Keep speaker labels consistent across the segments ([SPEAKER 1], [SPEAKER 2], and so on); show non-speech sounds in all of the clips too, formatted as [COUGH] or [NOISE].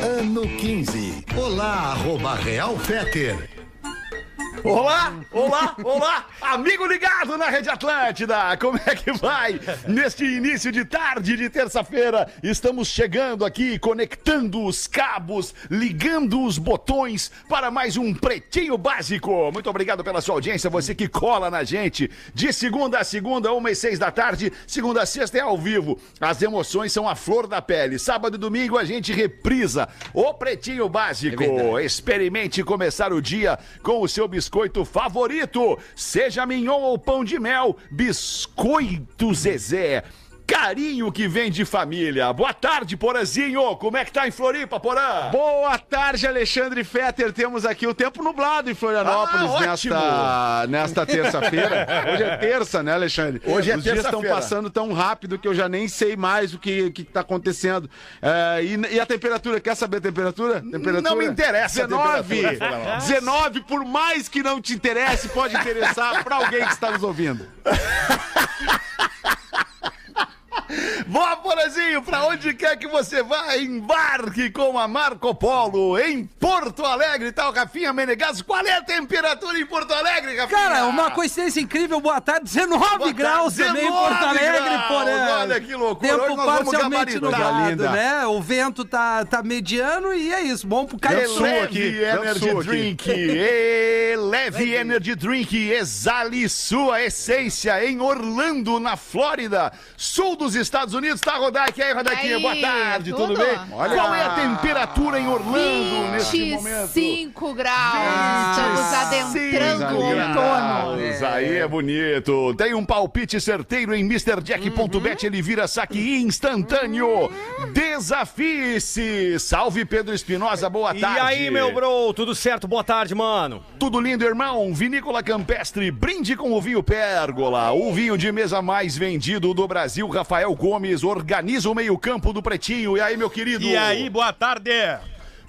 [SPEAKER 1] Ano 15. Olá, arroba Real Feter.
[SPEAKER 2] Olá, olá, olá, amigo ligado na Rede Atlântida, como é que vai? Neste início de tarde de terça-feira, estamos chegando aqui, conectando os cabos, ligando os botões para mais um Pretinho Básico. Muito obrigado pela sua audiência, você que cola na gente de segunda a segunda, uma e seis da tarde, segunda a sexta é ao vivo. As emoções são a flor da pele. Sábado e domingo a gente reprisa o Pretinho Básico. Experimente começar o dia com o seu biscoito favorito, seja mignon ou pão de mel, biscoito Zezé. Carinho que vem de família. Boa tarde, Porazinho. Como é que tá em Floripa, Porã?
[SPEAKER 3] Boa tarde, Alexandre Fetter. Temos aqui o tempo nublado em
[SPEAKER 2] Ah,
[SPEAKER 3] Florianópolis
[SPEAKER 2] ótimo.
[SPEAKER 3] nesta, nesta terça-feira. Hoje é terça, né, Alexandre?
[SPEAKER 2] Hoje é
[SPEAKER 3] Os dias estão
[SPEAKER 2] terça-feira.
[SPEAKER 3] passando tão rápido que eu já nem sei mais o que está acontecendo. É, e, e a temperatura? Quer saber a temperatura? temperatura?
[SPEAKER 2] Não me interessa a
[SPEAKER 3] 19.
[SPEAKER 2] temperatura, Porã.
[SPEAKER 3] 19, por mais que não te interesse,
[SPEAKER 2] [LAUGHS]
[SPEAKER 3] pode interessar para alguém que está nos ouvindo.
[SPEAKER 2] Boa, Porazinho, pra onde quer que você vá, embarque com a Marco Polo em Porto Alegre, tal, Rafinha Menegasso. Qual é a temperatura em Porto Alegre, Rafinha?
[SPEAKER 4] Cara, uma coincidência incrível, boa tarde, 19
[SPEAKER 2] Ah. Boa tarde,
[SPEAKER 4] graus também em
[SPEAKER 2] 19
[SPEAKER 4] Porto Alegre,
[SPEAKER 2] graus.
[SPEAKER 4] porém.
[SPEAKER 2] Olha que loucura, hoje
[SPEAKER 4] Tempo
[SPEAKER 2] nós vamos
[SPEAKER 4] parcialmente
[SPEAKER 2] gabaritar.
[SPEAKER 3] Coisa
[SPEAKER 4] nublado,
[SPEAKER 3] linda.
[SPEAKER 4] né? O vento tá, tá mediano e é isso, bom pro cara
[SPEAKER 3] Sul
[SPEAKER 2] Eleve
[SPEAKER 3] aqui, é
[SPEAKER 2] Energy
[SPEAKER 3] Sul aqui.
[SPEAKER 2] Drink,
[SPEAKER 3] [LAUGHS]
[SPEAKER 2] Eleve Energy Drink, exale sua essência em Orlando, na Flórida, sul dos Estados Unidos. Tá, Rodaica? E aí, Rodaquinha,
[SPEAKER 5] Aí,
[SPEAKER 2] boa tarde, tudo,
[SPEAKER 5] tudo?
[SPEAKER 2] bem?
[SPEAKER 3] Olha.
[SPEAKER 2] Qual é a temperatura em Orlando neste momento?
[SPEAKER 5] 25 graus. Estamos adentrando o
[SPEAKER 2] Cinco
[SPEAKER 5] outono.
[SPEAKER 2] graus. é Aí é bonito. Tem um palpite certeiro em
[SPEAKER 6] Uhum.
[SPEAKER 2] MrJack.bet. Ele vira saque instantâneo. Desafie-se. Salve, Pedro Espinosa. Boa
[SPEAKER 6] E
[SPEAKER 2] tarde.
[SPEAKER 6] aí, meu bro, tudo certo? Boa tarde, mano.
[SPEAKER 2] Tudo lindo, irmão. Vinícola Campestre, brinde com o vinho Pérgola. O vinho de mesa mais vendido do Brasil, Rafael Gomes, organiza o meio-campo do Pretinho. E aí, meu querido?
[SPEAKER 7] E aí, boa tarde!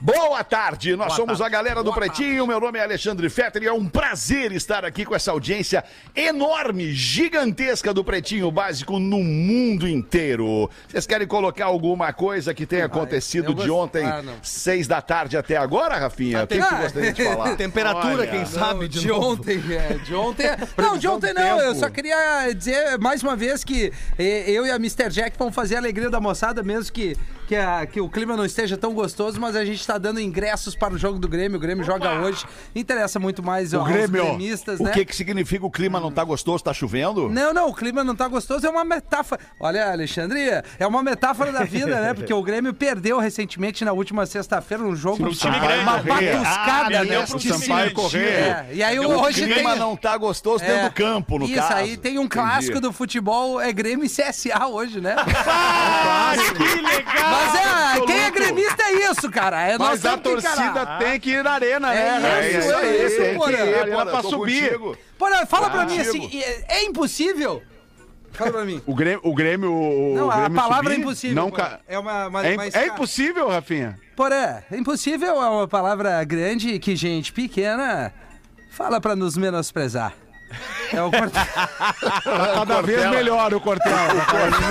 [SPEAKER 2] Boa tarde, nós somos a galera do Pretinho. Meu nome é Alexandre Fetter e é um prazer estar aqui com essa audiência enorme, gigantesca do Pretinho Básico no mundo inteiro. Vocês querem colocar alguma coisa que tenha acontecido
[SPEAKER 4] eu
[SPEAKER 2] de
[SPEAKER 4] gost-
[SPEAKER 2] ontem,
[SPEAKER 4] Ah, não.
[SPEAKER 2] seis da tarde até agora, Rafinha? O que, que tu
[SPEAKER 4] Ah,
[SPEAKER 2] gostaria de falar?
[SPEAKER 7] [LAUGHS] Temperatura,
[SPEAKER 2] Olha.
[SPEAKER 7] quem sabe,
[SPEAKER 4] de,
[SPEAKER 7] de, novo.
[SPEAKER 4] ontem, é, de ontem.
[SPEAKER 7] [LAUGHS]
[SPEAKER 4] Não, de
[SPEAKER 7] Previsão
[SPEAKER 4] ontem
[SPEAKER 7] do
[SPEAKER 4] não. Eu
[SPEAKER 7] tempo.
[SPEAKER 4] só queria dizer mais uma vez que eh, eu e a Mr. Jack vamos fazer a alegria da moçada, mesmo que, que, a- que o clima não esteja tão gostoso, mas a gente está dando ingressos para o jogo do Grêmio. O Grêmio joga hoje. Interessa muito mais aos gremistas,
[SPEAKER 2] O
[SPEAKER 4] né?
[SPEAKER 2] que que significa o clima não tá gostoso, tá chovendo?
[SPEAKER 4] Não, não, o clima não tá gostoso, é uma metáfora. Olha, Alexandria, é uma metáfora da vida, né? Porque o Grêmio perdeu recentemente na última sexta-feira um jogo
[SPEAKER 7] Pro
[SPEAKER 2] Ah,
[SPEAKER 7] time
[SPEAKER 2] é
[SPEAKER 7] grande.
[SPEAKER 4] uma
[SPEAKER 2] Corrêa.
[SPEAKER 4] batuscada,
[SPEAKER 2] Ah,
[SPEAKER 4] né?
[SPEAKER 2] perdeu pro
[SPEAKER 4] Esse
[SPEAKER 2] Sampaio
[SPEAKER 4] time.
[SPEAKER 2] Corrêa.
[SPEAKER 4] É, E aí
[SPEAKER 2] O
[SPEAKER 4] hoje
[SPEAKER 2] clima
[SPEAKER 4] tem
[SPEAKER 2] não tá gostoso
[SPEAKER 4] É.
[SPEAKER 2] dentro do campo, no
[SPEAKER 4] Isso
[SPEAKER 2] caso.
[SPEAKER 4] aí tem um clássico do futebol, é Grêmio e CSA hoje,
[SPEAKER 3] [LAUGHS]
[SPEAKER 4] né?
[SPEAKER 7] Ah, que legal!
[SPEAKER 4] Mas é, quem é gremista é isso, cara. É nós
[SPEAKER 3] Mas a
[SPEAKER 4] temos que encarar.
[SPEAKER 3] torcida tem que ir na arena,
[SPEAKER 4] É
[SPEAKER 3] né?
[SPEAKER 4] isso, é isso,
[SPEAKER 3] tem que ir
[SPEAKER 4] Porã.
[SPEAKER 3] na
[SPEAKER 2] Porã,
[SPEAKER 3] arena pra
[SPEAKER 2] tô
[SPEAKER 3] subir.
[SPEAKER 2] contigo.
[SPEAKER 4] Pô, não, fala pra mim
[SPEAKER 2] Contigo.
[SPEAKER 4] assim, é, é impossível? Fala pra mim.
[SPEAKER 3] O Grêmio. O Grêmio o
[SPEAKER 4] Não, a
[SPEAKER 3] Grêmio
[SPEAKER 4] palavra é
[SPEAKER 3] subir,
[SPEAKER 4] impossível.
[SPEAKER 3] Não
[SPEAKER 4] Porã.
[SPEAKER 3] ca...
[SPEAKER 4] É uma, uma,
[SPEAKER 3] é, im-
[SPEAKER 4] mas-
[SPEAKER 3] é impossível, Rafinha.
[SPEAKER 4] Porã, impossível é uma palavra grande que gente pequena fala pra nos menosprezar. É o corte-
[SPEAKER 3] [LAUGHS] Tá cada vez melhor o [LAUGHS] Cortella.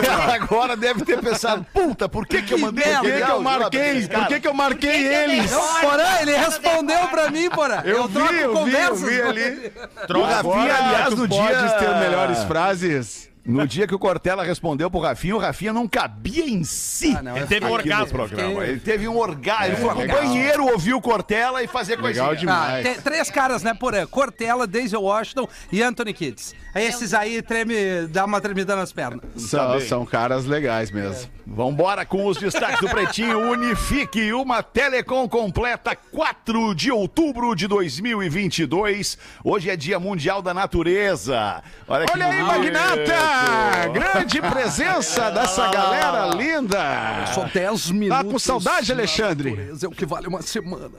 [SPEAKER 2] Ela [LAUGHS] agora deve ter pensado, puta, por que que eu
[SPEAKER 4] Que
[SPEAKER 2] mandei
[SPEAKER 4] merda,
[SPEAKER 3] Por que, que eu marquei? Por que, que eu marquei eles?
[SPEAKER 4] Não, É Porã, ele respondeu pra mim, Porã.
[SPEAKER 3] Eu vi,
[SPEAKER 4] troco
[SPEAKER 3] eu vi, eu
[SPEAKER 4] conversas,
[SPEAKER 3] vi
[SPEAKER 4] mano.
[SPEAKER 3] ali.
[SPEAKER 2] O Rafinha, aliás,
[SPEAKER 3] um
[SPEAKER 2] no dia...
[SPEAKER 3] Podes ter melhores frases.
[SPEAKER 2] No dia que o Cortella respondeu pro Rafinha, o Rafinha não cabia em si.
[SPEAKER 4] Ah, não,
[SPEAKER 3] é
[SPEAKER 7] Ele
[SPEAKER 4] eu-
[SPEAKER 7] teve um
[SPEAKER 2] aqui no
[SPEAKER 7] orgasmo.
[SPEAKER 2] programa. Ele teve um orgasmo. ele foi no banheiro, ouviu o Cortella e fazer coisinha.
[SPEAKER 3] Legal demais.
[SPEAKER 4] Ah, tem três caras, né, Porã? Cortella, Denzel Washington e Anthony Kidd. Esses aí treme, dá uma tremida nas pernas.
[SPEAKER 3] São, são caras legais mesmo.
[SPEAKER 2] Vambora com os destaques do
[SPEAKER 3] [LAUGHS]
[SPEAKER 2] Pretinho. Unifique uma Telecom completa 4 de outubro de 2022. Hoje é Dia Mundial da Natureza. Olha, que
[SPEAKER 3] Olha aí,
[SPEAKER 2] bonito.
[SPEAKER 3] Magnata! Grande
[SPEAKER 4] [LAUGHS]
[SPEAKER 3] presença dessa galera
[SPEAKER 4] Ah.
[SPEAKER 3] linda!
[SPEAKER 4] Só 10
[SPEAKER 3] Tá
[SPEAKER 4] minutos.
[SPEAKER 3] com saudade, Alexandre?
[SPEAKER 4] Mas É o que vale uma semana.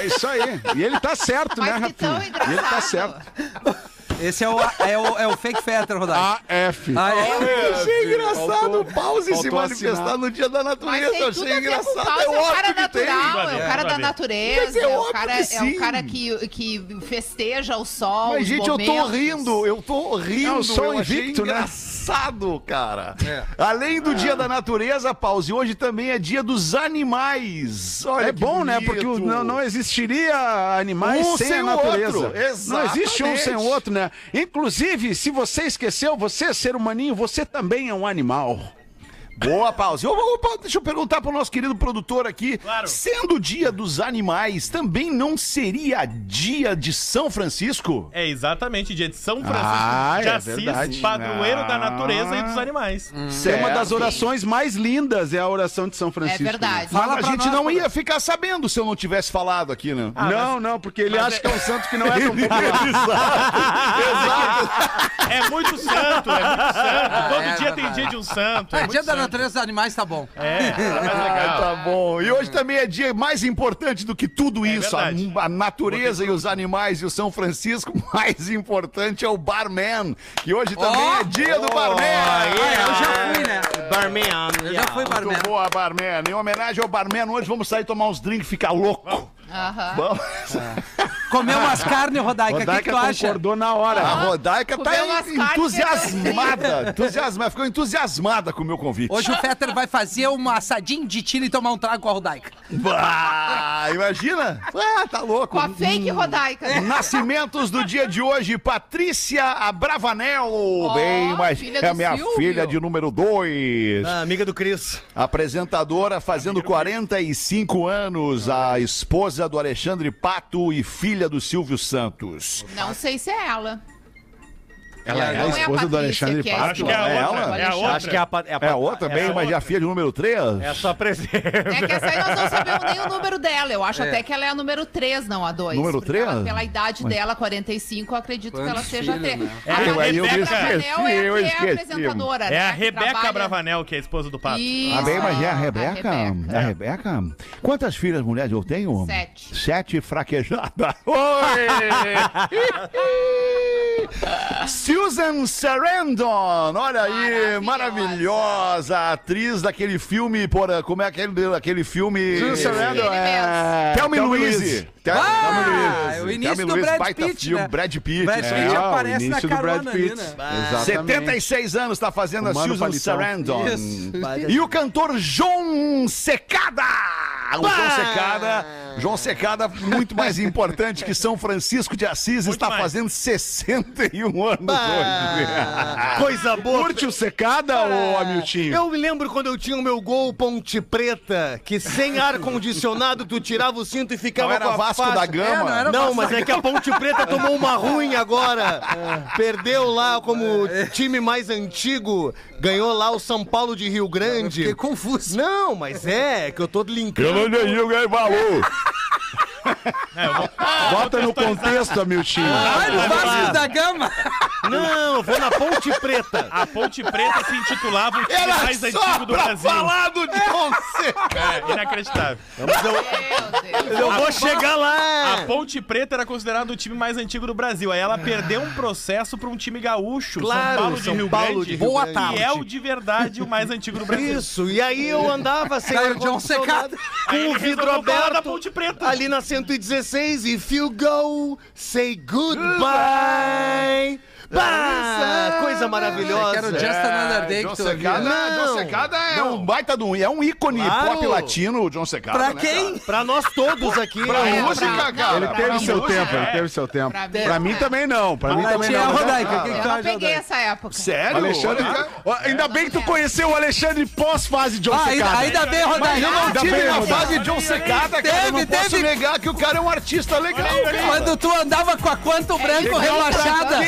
[SPEAKER 3] É isso aí. E ele tá certo, né,
[SPEAKER 5] Mas que tão
[SPEAKER 3] Rafinha? E ele tá certo.
[SPEAKER 5] engraçado.
[SPEAKER 4] Esse é o, é o, é o fake fetter, Rodaico.
[SPEAKER 3] AF.
[SPEAKER 4] Ah, é.
[SPEAKER 2] Eu achei engraçado o Pause se
[SPEAKER 3] faltou
[SPEAKER 2] manifestar
[SPEAKER 3] assinar.
[SPEAKER 2] no Dia da
[SPEAKER 5] Mas
[SPEAKER 2] Natureza.
[SPEAKER 5] tem
[SPEAKER 2] Eu
[SPEAKER 5] tudo
[SPEAKER 2] achei
[SPEAKER 5] a ver com o
[SPEAKER 2] engraçado.
[SPEAKER 5] Paulo,
[SPEAKER 2] É
[SPEAKER 5] é um
[SPEAKER 2] óbvio
[SPEAKER 5] cara
[SPEAKER 2] que tem.
[SPEAKER 5] natural, é um cara da
[SPEAKER 2] Mas
[SPEAKER 5] natureza,
[SPEAKER 2] é
[SPEAKER 5] é
[SPEAKER 2] óbvio
[SPEAKER 5] um cara,
[SPEAKER 2] que
[SPEAKER 5] é um
[SPEAKER 2] sim.
[SPEAKER 5] cara que, que festeja o sol.
[SPEAKER 2] Mas,
[SPEAKER 5] os
[SPEAKER 2] gente, eu tô
[SPEAKER 5] momentos.
[SPEAKER 2] rindo. Eu tô rindo.
[SPEAKER 3] É o sol
[SPEAKER 2] eu achei
[SPEAKER 3] invicto, né?
[SPEAKER 2] engraçado. passado, cara. Além do dia da natureza, pause, hoje também é dia dos animais. Olha
[SPEAKER 3] É
[SPEAKER 2] que
[SPEAKER 3] bom, né? Porque o-
[SPEAKER 2] bonito.
[SPEAKER 3] não, não existiria animais
[SPEAKER 2] Um
[SPEAKER 3] sem,
[SPEAKER 2] sem
[SPEAKER 3] a
[SPEAKER 2] o
[SPEAKER 3] natureza.
[SPEAKER 2] outro,
[SPEAKER 3] Não existe um sem o
[SPEAKER 2] exatamente.
[SPEAKER 3] outro, né? Inclusive, se você esqueceu, você, é ser humaninho, você também é um animal.
[SPEAKER 2] Boa, Pause. Ô, ô, Pause, deixa eu perguntar pro nosso querido produtor aqui.
[SPEAKER 7] Claro.
[SPEAKER 2] Sendo o dia dos animais, também não seria dia de São Francisco?
[SPEAKER 7] É exatamente, dia de São Francisco
[SPEAKER 3] Ah,
[SPEAKER 7] de
[SPEAKER 3] é
[SPEAKER 7] Assis,
[SPEAKER 3] verdade.
[SPEAKER 7] padroeiro da
[SPEAKER 3] Ah.
[SPEAKER 7] natureza e dos animais.
[SPEAKER 3] É uma das orações mais lindas é a oração de São Francisco. né?
[SPEAKER 5] verdade.
[SPEAKER 2] Mas
[SPEAKER 4] Fala
[SPEAKER 2] a
[SPEAKER 4] pra
[SPEAKER 2] gente
[SPEAKER 4] nós,
[SPEAKER 2] não ia ficar sabendo se eu não tivesse falado aqui, né?
[SPEAKER 3] não, não, porque ele
[SPEAKER 7] mas
[SPEAKER 3] acha
[SPEAKER 7] é-
[SPEAKER 3] que é um santo que não é tão popular.
[SPEAKER 7] É muito santo, é muito santo. Todo
[SPEAKER 4] é
[SPEAKER 7] dia tem
[SPEAKER 4] verdade.
[SPEAKER 7] dia de um santo.
[SPEAKER 4] É,
[SPEAKER 7] muito
[SPEAKER 4] dia da
[SPEAKER 7] santo.
[SPEAKER 4] natureza dos animais tá bom.
[SPEAKER 7] É, tá mais
[SPEAKER 2] Ah,
[SPEAKER 7] legal.
[SPEAKER 2] tá bom. E hoje também é dia mais importante do que tudo
[SPEAKER 7] É
[SPEAKER 2] isso. A,
[SPEAKER 7] verdade.
[SPEAKER 2] a natureza e os animais e o São Francisco. [LAUGHS] Mais importante é o barman, que hoje também
[SPEAKER 4] Ó!
[SPEAKER 2] é dia do barman.
[SPEAKER 4] Ah, eu já fui, né?
[SPEAKER 8] Barman.
[SPEAKER 4] Eu já
[SPEAKER 3] Ah,
[SPEAKER 4] fui barman.
[SPEAKER 2] Muito boa, barman. Em homenagem ao barman, hoje vamos sair tomar uns drinks e ficar louco.
[SPEAKER 5] Aham.
[SPEAKER 2] Vamos.
[SPEAKER 4] Comer umas carnes, Rodaica. O que, que
[SPEAKER 3] Rodaica tá
[SPEAKER 4] tu acha?
[SPEAKER 3] concordou na hora.
[SPEAKER 2] A Rodaica tá
[SPEAKER 5] Comeu umas carnes,
[SPEAKER 2] entusiasmada. entusiasmada. Ficou entusiasmada com o meu convite.
[SPEAKER 4] Hoje o Fetter vai fazer um assadinho de tira e tomar um trago com a Rodaica.
[SPEAKER 2] Bah, imagina? Ah, tá louco.
[SPEAKER 5] Com a fake rodaica.
[SPEAKER 2] Nascimentos do dia de hoje, Patrícia Abravanel. Bem, mas
[SPEAKER 5] filha
[SPEAKER 2] é
[SPEAKER 5] do
[SPEAKER 2] minha
[SPEAKER 5] Silvio.
[SPEAKER 2] filha de número 2.
[SPEAKER 8] Ah, amiga do Cris.
[SPEAKER 2] Apresentadora fazendo 45 anos, a esposa do Alexandre Pato e filha do Silvio Santos.
[SPEAKER 5] Não sei se é ela.
[SPEAKER 3] Ela é
[SPEAKER 5] Não
[SPEAKER 3] a esposa do
[SPEAKER 5] Patrícia,
[SPEAKER 3] Alexandre
[SPEAKER 5] que é a
[SPEAKER 3] Pato.
[SPEAKER 7] Acho que é a
[SPEAKER 2] É
[SPEAKER 7] outra.
[SPEAKER 2] ela?
[SPEAKER 7] É a outra.
[SPEAKER 8] Acho que é a, pa- é a, pa-
[SPEAKER 2] É outra
[SPEAKER 8] é
[SPEAKER 2] bem,
[SPEAKER 8] a
[SPEAKER 2] mas já
[SPEAKER 8] outra.
[SPEAKER 2] filha de número 3?
[SPEAKER 8] É só preserva.
[SPEAKER 5] É que essa aí nós não sabemos nem o número dela. Eu acho até que ela é a número 3, não a 2.
[SPEAKER 2] Número três?
[SPEAKER 5] Pela idade dela, 45, eu acredito que ela
[SPEAKER 4] Quantos
[SPEAKER 5] seja a
[SPEAKER 4] filhos, né?
[SPEAKER 5] 3. A
[SPEAKER 7] Eu- aí eu
[SPEAKER 5] Rebeca
[SPEAKER 7] esqueci,
[SPEAKER 5] Bravanel é, a-
[SPEAKER 2] eu
[SPEAKER 5] é a
[SPEAKER 2] esqueci.
[SPEAKER 5] apresentadora.
[SPEAKER 7] É
[SPEAKER 5] né,
[SPEAKER 7] a
[SPEAKER 5] que
[SPEAKER 7] Rebeca
[SPEAKER 5] trabalha-
[SPEAKER 7] Bravanel, que é a esposa do Pato.
[SPEAKER 5] Isso,
[SPEAKER 2] Ah, bem, mas é a Rebeca? É
[SPEAKER 5] A
[SPEAKER 2] A Rebeca? Quantas filhas mulheres eu tenho?
[SPEAKER 5] Sete.
[SPEAKER 2] Sete
[SPEAKER 3] [LAUGHS]
[SPEAKER 2] fraquejadas. Oi! Susan Sarandon, olha aí,
[SPEAKER 5] Maravilhosa.
[SPEAKER 2] maravilhosa atriz daquele filme, por, como é aquele, aquele filme?
[SPEAKER 3] Susan Sarandon
[SPEAKER 5] Ele
[SPEAKER 3] é...
[SPEAKER 2] Tell me
[SPEAKER 3] Thelma
[SPEAKER 2] Louise. Tell
[SPEAKER 3] Tá,
[SPEAKER 2] me
[SPEAKER 4] Ah,
[SPEAKER 2] Louise.
[SPEAKER 4] o
[SPEAKER 2] Tell
[SPEAKER 4] início
[SPEAKER 2] me
[SPEAKER 4] do
[SPEAKER 2] Louise,
[SPEAKER 4] Brad
[SPEAKER 2] baita
[SPEAKER 4] Pitt,
[SPEAKER 2] filme,
[SPEAKER 4] né?
[SPEAKER 2] Brad Pitt.
[SPEAKER 4] Brad
[SPEAKER 2] né?
[SPEAKER 4] Pitt. Ele
[SPEAKER 3] Ah,
[SPEAKER 4] aparece na
[SPEAKER 3] o início do Brad
[SPEAKER 4] carona ali,
[SPEAKER 3] Pitt.
[SPEAKER 4] né?
[SPEAKER 3] Exatamente.
[SPEAKER 2] 76 anos está fazendo a
[SPEAKER 3] Humano
[SPEAKER 2] Susan
[SPEAKER 3] palitão.
[SPEAKER 2] Sarandon.
[SPEAKER 4] Isso.
[SPEAKER 2] E o cantor João Secada! O João Secada, João Secada, muito mais importante que São Francisco de Assis, está
[SPEAKER 7] mais.
[SPEAKER 2] fazendo 61 anos hoje.
[SPEAKER 6] Coisa boa.
[SPEAKER 3] Curte o secada, ô Amiltinho?
[SPEAKER 6] Eu me lembro quando eu tinha o meu gol Ponte Preta, que sem ar-condicionado tu tirava o cinto e ficava
[SPEAKER 2] Não era
[SPEAKER 6] com a
[SPEAKER 2] Vasco
[SPEAKER 6] faixa.
[SPEAKER 2] da Gama?
[SPEAKER 6] É, não, era Não, mas é que a Ponte Preta tomou uma ruim agora. Perdeu lá como time mais antigo, ganhou lá o São Paulo de Rio Grande.
[SPEAKER 4] Fiquei confuso.
[SPEAKER 6] Não, mas é que eu tô
[SPEAKER 2] [LAUGHS]
[SPEAKER 6] linkando.
[SPEAKER 2] ganhei o valor.
[SPEAKER 3] Bota no contexto, Amiltinho.
[SPEAKER 2] Ah,
[SPEAKER 4] Olha o Vasco da Gama.
[SPEAKER 6] Não, eu vou na Ponte Preta.
[SPEAKER 7] [LAUGHS] A Ponte Preta se intitulava o time
[SPEAKER 2] Era
[SPEAKER 7] mais
[SPEAKER 2] só
[SPEAKER 7] antigo do
[SPEAKER 2] pra
[SPEAKER 7] Brasil.
[SPEAKER 2] falar
[SPEAKER 6] É.
[SPEAKER 2] do João Secada.
[SPEAKER 7] É, inacreditável.
[SPEAKER 5] Meu Deus.
[SPEAKER 6] Eu vou chegar
[SPEAKER 7] A
[SPEAKER 6] lá.
[SPEAKER 7] Ponte Preta era considerada o time mais antigo do Brasil. Aí ela perdeu um processo pra um time gaúcho,
[SPEAKER 6] Claro,
[SPEAKER 7] São Paulo de
[SPEAKER 6] São
[SPEAKER 7] Rio
[SPEAKER 6] Paulo
[SPEAKER 7] Grande.
[SPEAKER 6] de Rio
[SPEAKER 7] Boa
[SPEAKER 6] Grande.
[SPEAKER 7] tarde. E é o de verdade o mais antigo do Brasil.
[SPEAKER 6] Isso, e aí eu andava sem
[SPEAKER 4] Cara, um John Secada.
[SPEAKER 6] ar-condicionado,
[SPEAKER 7] Aí
[SPEAKER 6] com o
[SPEAKER 7] ele
[SPEAKER 6] vidro
[SPEAKER 7] resolveu falar
[SPEAKER 6] aberto,
[SPEAKER 7] da Ponte Preta.
[SPEAKER 6] ali na 116, if you go, say goodbye. Bah, coisa maravilhosa.
[SPEAKER 4] Quero Just Another Day
[SPEAKER 2] João
[SPEAKER 4] que tu ouviu.
[SPEAKER 2] Secada,
[SPEAKER 6] Não.
[SPEAKER 2] João Secada é um baita de um, é um ícone
[SPEAKER 6] Claro.
[SPEAKER 2] pop latino, o Johão Secada.
[SPEAKER 4] Pra
[SPEAKER 2] né,
[SPEAKER 4] quem?
[SPEAKER 6] Pra nós todos aqui.
[SPEAKER 2] Pra
[SPEAKER 5] É,
[SPEAKER 2] música,
[SPEAKER 5] pra-
[SPEAKER 2] cara.
[SPEAKER 3] Ele
[SPEAKER 5] Pra
[SPEAKER 3] teve
[SPEAKER 5] mim,
[SPEAKER 3] seu
[SPEAKER 5] não.
[SPEAKER 3] tempo, ele teve seu tempo. Pra,
[SPEAKER 5] Pra mim, não.
[SPEAKER 3] mim também não, pra mim
[SPEAKER 4] Pra
[SPEAKER 3] também
[SPEAKER 4] ti é
[SPEAKER 3] não.
[SPEAKER 4] Rodaica. O que que
[SPEAKER 5] Eu
[SPEAKER 4] tu
[SPEAKER 5] não
[SPEAKER 4] acha,
[SPEAKER 5] peguei
[SPEAKER 4] Rodaica?
[SPEAKER 5] essa época.
[SPEAKER 2] Sério?
[SPEAKER 3] Alexandre, Ó, ainda bem que tu conheceu o Alexandre pós-fase de John
[SPEAKER 4] Ah, ainda,
[SPEAKER 3] Secada.
[SPEAKER 4] ainda bem, Rodaica.
[SPEAKER 2] Eu não
[SPEAKER 3] Ainda
[SPEAKER 2] tive
[SPEAKER 3] bem,
[SPEAKER 2] na
[SPEAKER 3] Rodaica.
[SPEAKER 2] fase de um secada, cara. Eu não
[SPEAKER 4] Teve,
[SPEAKER 2] posso
[SPEAKER 4] teve.
[SPEAKER 2] negar que o cara é um artista legal, cara.
[SPEAKER 4] Quando tu andava com a quanto branco relaxada.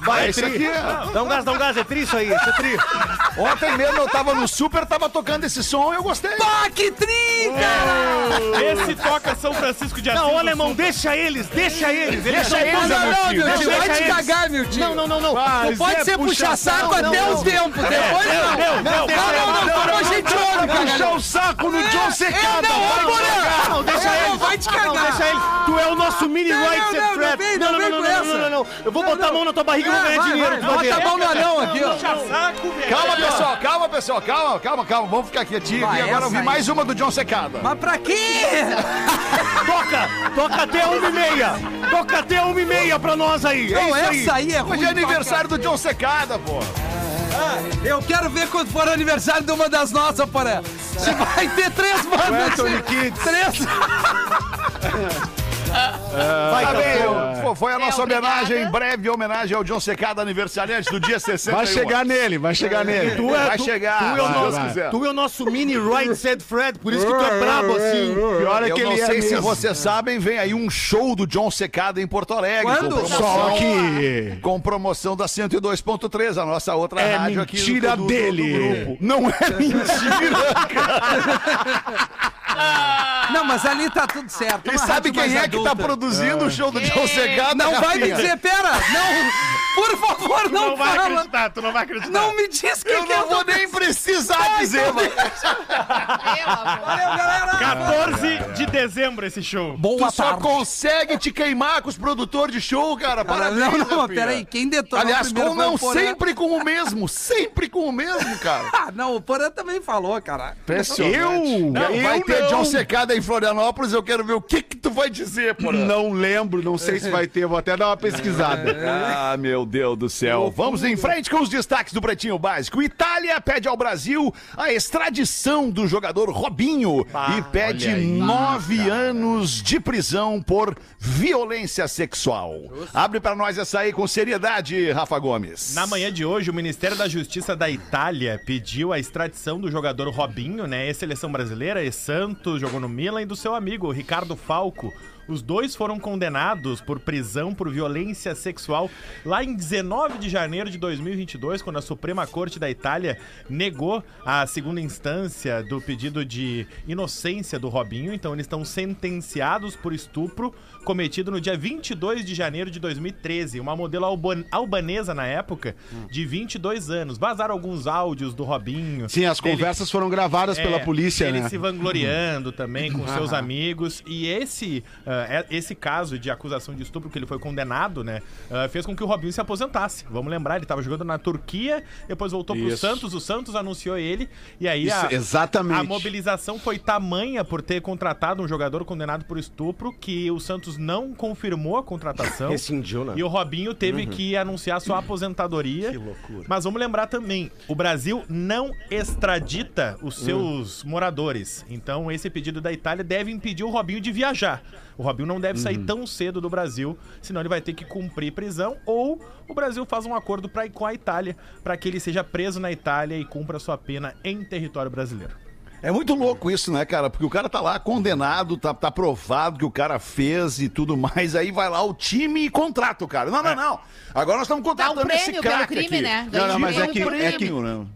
[SPEAKER 2] Vai, esse aqui. é.
[SPEAKER 6] Dá um gás, dá um gás, é tri isso aí, isso é tri.
[SPEAKER 2] Ontem mesmo eu tava no super, tava tocando esse som e eu gostei.
[SPEAKER 4] Pá, que trinca!
[SPEAKER 7] Esse toca São Francisco de Assis.
[SPEAKER 6] Não,
[SPEAKER 7] do
[SPEAKER 6] ô, alemão,
[SPEAKER 7] Sul.
[SPEAKER 6] deixa eles, deixa eles.
[SPEAKER 3] Deixa
[SPEAKER 6] eles.
[SPEAKER 4] Não,
[SPEAKER 3] eles,
[SPEAKER 4] não, não,
[SPEAKER 3] Amiltinho.
[SPEAKER 4] meu tio,
[SPEAKER 6] Deixa
[SPEAKER 4] vai te
[SPEAKER 6] eles.
[SPEAKER 4] cagar, meu tio.
[SPEAKER 6] Não, não, não, não.
[SPEAKER 4] Não pode ser puxar saco até os tempos, depois não.
[SPEAKER 6] Não, não,
[SPEAKER 4] não, não, não, gente ouve, cara.
[SPEAKER 3] Puxar o saco no John Secada.
[SPEAKER 4] não,
[SPEAKER 3] vai,
[SPEAKER 4] ô, Porã.
[SPEAKER 3] Rodaica.
[SPEAKER 6] Não, deixa
[SPEAKER 4] Não,
[SPEAKER 6] ele.
[SPEAKER 4] vai te
[SPEAKER 6] Não,
[SPEAKER 4] cagar.
[SPEAKER 6] deixa ele. Tu é o nosso mini
[SPEAKER 4] Não,
[SPEAKER 6] rights
[SPEAKER 4] não,
[SPEAKER 6] and
[SPEAKER 4] não,
[SPEAKER 6] threat.
[SPEAKER 4] não vem, não vem com
[SPEAKER 6] não, não,
[SPEAKER 4] essa.
[SPEAKER 6] não, não. Eu vou botar a mão na tua barriga
[SPEAKER 9] não ganha
[SPEAKER 4] vai,
[SPEAKER 9] dinheiro
[SPEAKER 4] vai,
[SPEAKER 9] de
[SPEAKER 4] Bota a
[SPEAKER 9] bandeira.
[SPEAKER 4] mão tá no anão aqui, ó.
[SPEAKER 7] Puxa saco, velho.
[SPEAKER 2] Calma, pessoal, calma, pessoal, calma, calma, calma. Vamos ficar quietinho
[SPEAKER 4] Vai,
[SPEAKER 2] e agora
[SPEAKER 4] essa
[SPEAKER 2] ouvir
[SPEAKER 4] aí.
[SPEAKER 2] mais uma do John Secada.
[SPEAKER 4] Mas pra quê?
[SPEAKER 9] Toca, toca até uma e meia. Toca até uma e meia pra nós aí. É
[SPEAKER 4] Não,
[SPEAKER 9] isso aí.
[SPEAKER 4] essa aí é ruim.
[SPEAKER 2] Hoje é aniversário do John Secada, pô.
[SPEAKER 4] Eu quero ver quando for aniversário de uma das nossas, porra. Você vai ter três bandas. Três.
[SPEAKER 9] Vai, É.
[SPEAKER 2] Tá bem,
[SPEAKER 9] Castor.
[SPEAKER 2] pô, foi a nossa
[SPEAKER 5] obrigada.
[SPEAKER 2] homenagem, em breve homenagem ao John Secada, aniversariante do dia 60.
[SPEAKER 3] Vai chegar nele, vai chegar nele.
[SPEAKER 9] Tu é,
[SPEAKER 2] Vai
[SPEAKER 9] tu,
[SPEAKER 2] chegar,
[SPEAKER 9] tu é o
[SPEAKER 2] vai,
[SPEAKER 9] nosso,
[SPEAKER 2] vai.
[SPEAKER 9] quiser. tu é o nosso mini Right Said Fred, por isso que tu é brabo assim.
[SPEAKER 3] Pior é
[SPEAKER 2] Eu
[SPEAKER 3] que
[SPEAKER 2] não
[SPEAKER 3] ele é
[SPEAKER 2] sei se
[SPEAKER 3] mesmo.
[SPEAKER 2] vocês
[SPEAKER 4] Ah.
[SPEAKER 2] sabem, vem aí um show do John Secada em Porto Alegre.
[SPEAKER 4] Quando?
[SPEAKER 2] Com promoção,
[SPEAKER 3] Só que...
[SPEAKER 2] com promoção da 102.3, a nossa outra
[SPEAKER 3] É
[SPEAKER 2] rádio aqui. do-
[SPEAKER 3] mentira
[SPEAKER 2] do- do- do
[SPEAKER 3] dele.
[SPEAKER 2] grupo.
[SPEAKER 3] não
[SPEAKER 4] [LAUGHS]
[SPEAKER 3] é mentira.
[SPEAKER 4] Não, mas ali tá tudo certo.
[SPEAKER 2] E
[SPEAKER 4] Uma
[SPEAKER 2] sabe
[SPEAKER 4] rádio
[SPEAKER 2] quem
[SPEAKER 4] mais
[SPEAKER 2] é que tá
[SPEAKER 4] adulta. É.
[SPEAKER 2] produzindo o show do John Secada?
[SPEAKER 4] Não vai me
[SPEAKER 2] Rafinha?
[SPEAKER 4] dizer, pera! Não! Por favor, não,
[SPEAKER 7] Não vai
[SPEAKER 4] fala!
[SPEAKER 7] acreditar, tu não vai acreditar.
[SPEAKER 4] Não me diz quem
[SPEAKER 2] Eu
[SPEAKER 4] que é
[SPEAKER 2] não
[SPEAKER 4] o
[SPEAKER 2] vou nem precisar dizer, mano.
[SPEAKER 5] Pelo amor.
[SPEAKER 4] Valeu, galera!
[SPEAKER 7] 14 de dezembro esse show.
[SPEAKER 4] Boa
[SPEAKER 2] Tu só
[SPEAKER 4] tarde!
[SPEAKER 2] consegue te queimar com os produtores de show, cara. Parabéns,
[SPEAKER 4] não, não,
[SPEAKER 2] Rafinha.
[SPEAKER 4] mas peraí, quem detonou
[SPEAKER 2] Aliás,
[SPEAKER 4] primeiro
[SPEAKER 2] ou
[SPEAKER 4] foi o
[SPEAKER 2] não,
[SPEAKER 4] Porã.
[SPEAKER 2] sempre com o mesmo. Sempre com o mesmo, cara.
[SPEAKER 4] Ah, não, o Porã também falou, cara.
[SPEAKER 2] Impressionante. Eu?
[SPEAKER 3] eu
[SPEAKER 2] vai ter
[SPEAKER 3] não.
[SPEAKER 2] John Secada em Florianópolis, eu quero ver o que que tu vai dizer, porra.
[SPEAKER 3] Não lembro, não sei se vai ter, vou até dar uma pesquisada.
[SPEAKER 2] [LAUGHS] Ah, meu Deus do céu. Vamos em frente com os destaques do Pretinho Básico. Itália pede ao Brasil a extradição do jogador Robinho e pede nove anos de prisão por violência sexual. Abre pra nós essa aí com seriedade, Rafa Gomes.
[SPEAKER 7] Na manhã de hoje, o Ministério da Justiça da Itália pediu a extradição do jogador Robinho, né? Ex-seleção brasileira, ex-Santos, jogou no Milan, e do seu amigo Ricardo Falco. Os dois foram condenados por prisão por violência sexual lá em 19 de janeiro de 2022, quando a Suprema Corte da Itália negou a segunda instância do pedido de inocência do Robinho. Então, eles estão sentenciados por estupro cometido no dia 22 de janeiro de 2013. Uma modelo alban- albanesa na época, de 22 anos. Vazaram alguns áudios do Robinho.
[SPEAKER 3] Sim, as
[SPEAKER 7] dele-
[SPEAKER 3] conversas foram gravadas
[SPEAKER 7] é,
[SPEAKER 3] pela polícia,
[SPEAKER 7] ele
[SPEAKER 3] né? Ah.
[SPEAKER 7] se vangloriando também com seus amigos. E esse, ah, é- esse caso de acusação de estupro que ele foi condenado, né? ah, fez com que o Robinho se aposentasse. Vamos lembrar, ele estava jogando na Turquia, depois voltou pro
[SPEAKER 3] Isso.
[SPEAKER 7] Santos, o Santos anunciou ele. E aí
[SPEAKER 3] Isso,
[SPEAKER 7] a,
[SPEAKER 3] exatamente.
[SPEAKER 7] a mobilização foi tamanha por ter contratado um jogador condenado por estupro que o Santos não confirmou a contratação.
[SPEAKER 9] Rescindiu, né?
[SPEAKER 7] E o Robinho teve que anunciar sua aposentadoria. Que loucura. Mas vamos lembrar também, o Brasil não extradita os seus moradores. Então esse pedido da Itália deve impedir o Robinho de viajar. O Robinho não deve sair tão cedo do Brasil, senão ele vai ter que cumprir prisão ou o Brasil faz um acordo pra, com a Itália para que ele seja preso na Itália e cumpra sua pena em território brasileiro.
[SPEAKER 2] É muito louco isso, né, cara? Porque o cara tá lá condenado, tá, tá provado que o cara fez e tudo mais. Aí vai lá o time e contrata o cara. Não, não, não. Agora nós estamos contratando
[SPEAKER 5] É. Dá um prêmio
[SPEAKER 2] esse
[SPEAKER 5] pelo
[SPEAKER 2] craque
[SPEAKER 5] crime,
[SPEAKER 2] aqui.
[SPEAKER 5] né?
[SPEAKER 2] Não, não, mas é
[SPEAKER 5] Ganhou
[SPEAKER 2] que,
[SPEAKER 5] um
[SPEAKER 2] é que...
[SPEAKER 5] prêmio.
[SPEAKER 2] né?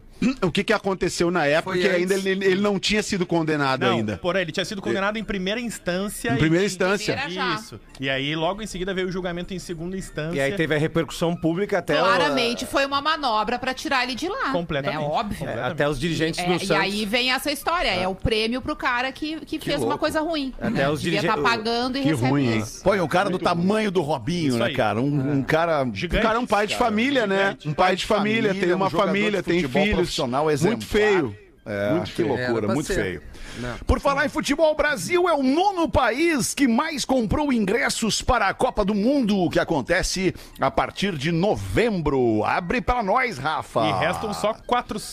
[SPEAKER 3] O que, que aconteceu na época
[SPEAKER 2] é
[SPEAKER 4] Foi
[SPEAKER 3] que ainda
[SPEAKER 4] antes.
[SPEAKER 3] ele, ele não tinha sido condenado
[SPEAKER 7] Não,
[SPEAKER 3] ainda.
[SPEAKER 7] porém, ele tinha sido condenado em primeira instância.
[SPEAKER 3] Em
[SPEAKER 7] e-
[SPEAKER 3] primeira instância.
[SPEAKER 5] Primeira já.
[SPEAKER 7] Isso. E aí, logo em seguida, veio o julgamento em segunda instância.
[SPEAKER 9] E aí teve a repercussão pública até. o-
[SPEAKER 5] Claramente foi uma manobra pra tirar ele de lá.
[SPEAKER 7] Completamente.
[SPEAKER 5] É óbvio.
[SPEAKER 9] é, até os dirigentes
[SPEAKER 5] É,
[SPEAKER 9] do
[SPEAKER 5] e
[SPEAKER 9] Santos.
[SPEAKER 5] aí vem essa história, é, o prêmio pro cara que, que, fez uma
[SPEAKER 9] louco.
[SPEAKER 5] coisa ruim.
[SPEAKER 9] Até
[SPEAKER 5] né?
[SPEAKER 9] os
[SPEAKER 5] Devia
[SPEAKER 9] dirige-
[SPEAKER 5] tá pagando e
[SPEAKER 3] Que
[SPEAKER 5] recebe
[SPEAKER 3] ruim, hein?
[SPEAKER 5] isso.
[SPEAKER 2] Põe um cara do tamanho do Robinho,
[SPEAKER 7] Isso
[SPEAKER 2] né,
[SPEAKER 7] aí.
[SPEAKER 2] cara? Um, um cara.
[SPEAKER 3] O
[SPEAKER 7] Gigante.
[SPEAKER 3] cara é um pai de família, né?
[SPEAKER 7] Gigante.
[SPEAKER 3] Um pai de família, tem
[SPEAKER 2] um
[SPEAKER 3] uma
[SPEAKER 2] jogador de
[SPEAKER 3] família, tem
[SPEAKER 2] futebol
[SPEAKER 3] filhos.
[SPEAKER 2] profissional
[SPEAKER 3] Muito
[SPEAKER 2] exemplar.
[SPEAKER 3] feio.
[SPEAKER 2] É,
[SPEAKER 3] Muito
[SPEAKER 2] que
[SPEAKER 3] feio.
[SPEAKER 4] Era
[SPEAKER 2] loucura,
[SPEAKER 4] pra
[SPEAKER 2] muito
[SPEAKER 4] ser.
[SPEAKER 2] feio. Por falar em futebol, o Brasil é o nono país que mais comprou ingressos para a Copa do Mundo, que acontece a partir de novembro. Abre para nós, Rafa.
[SPEAKER 7] E restam só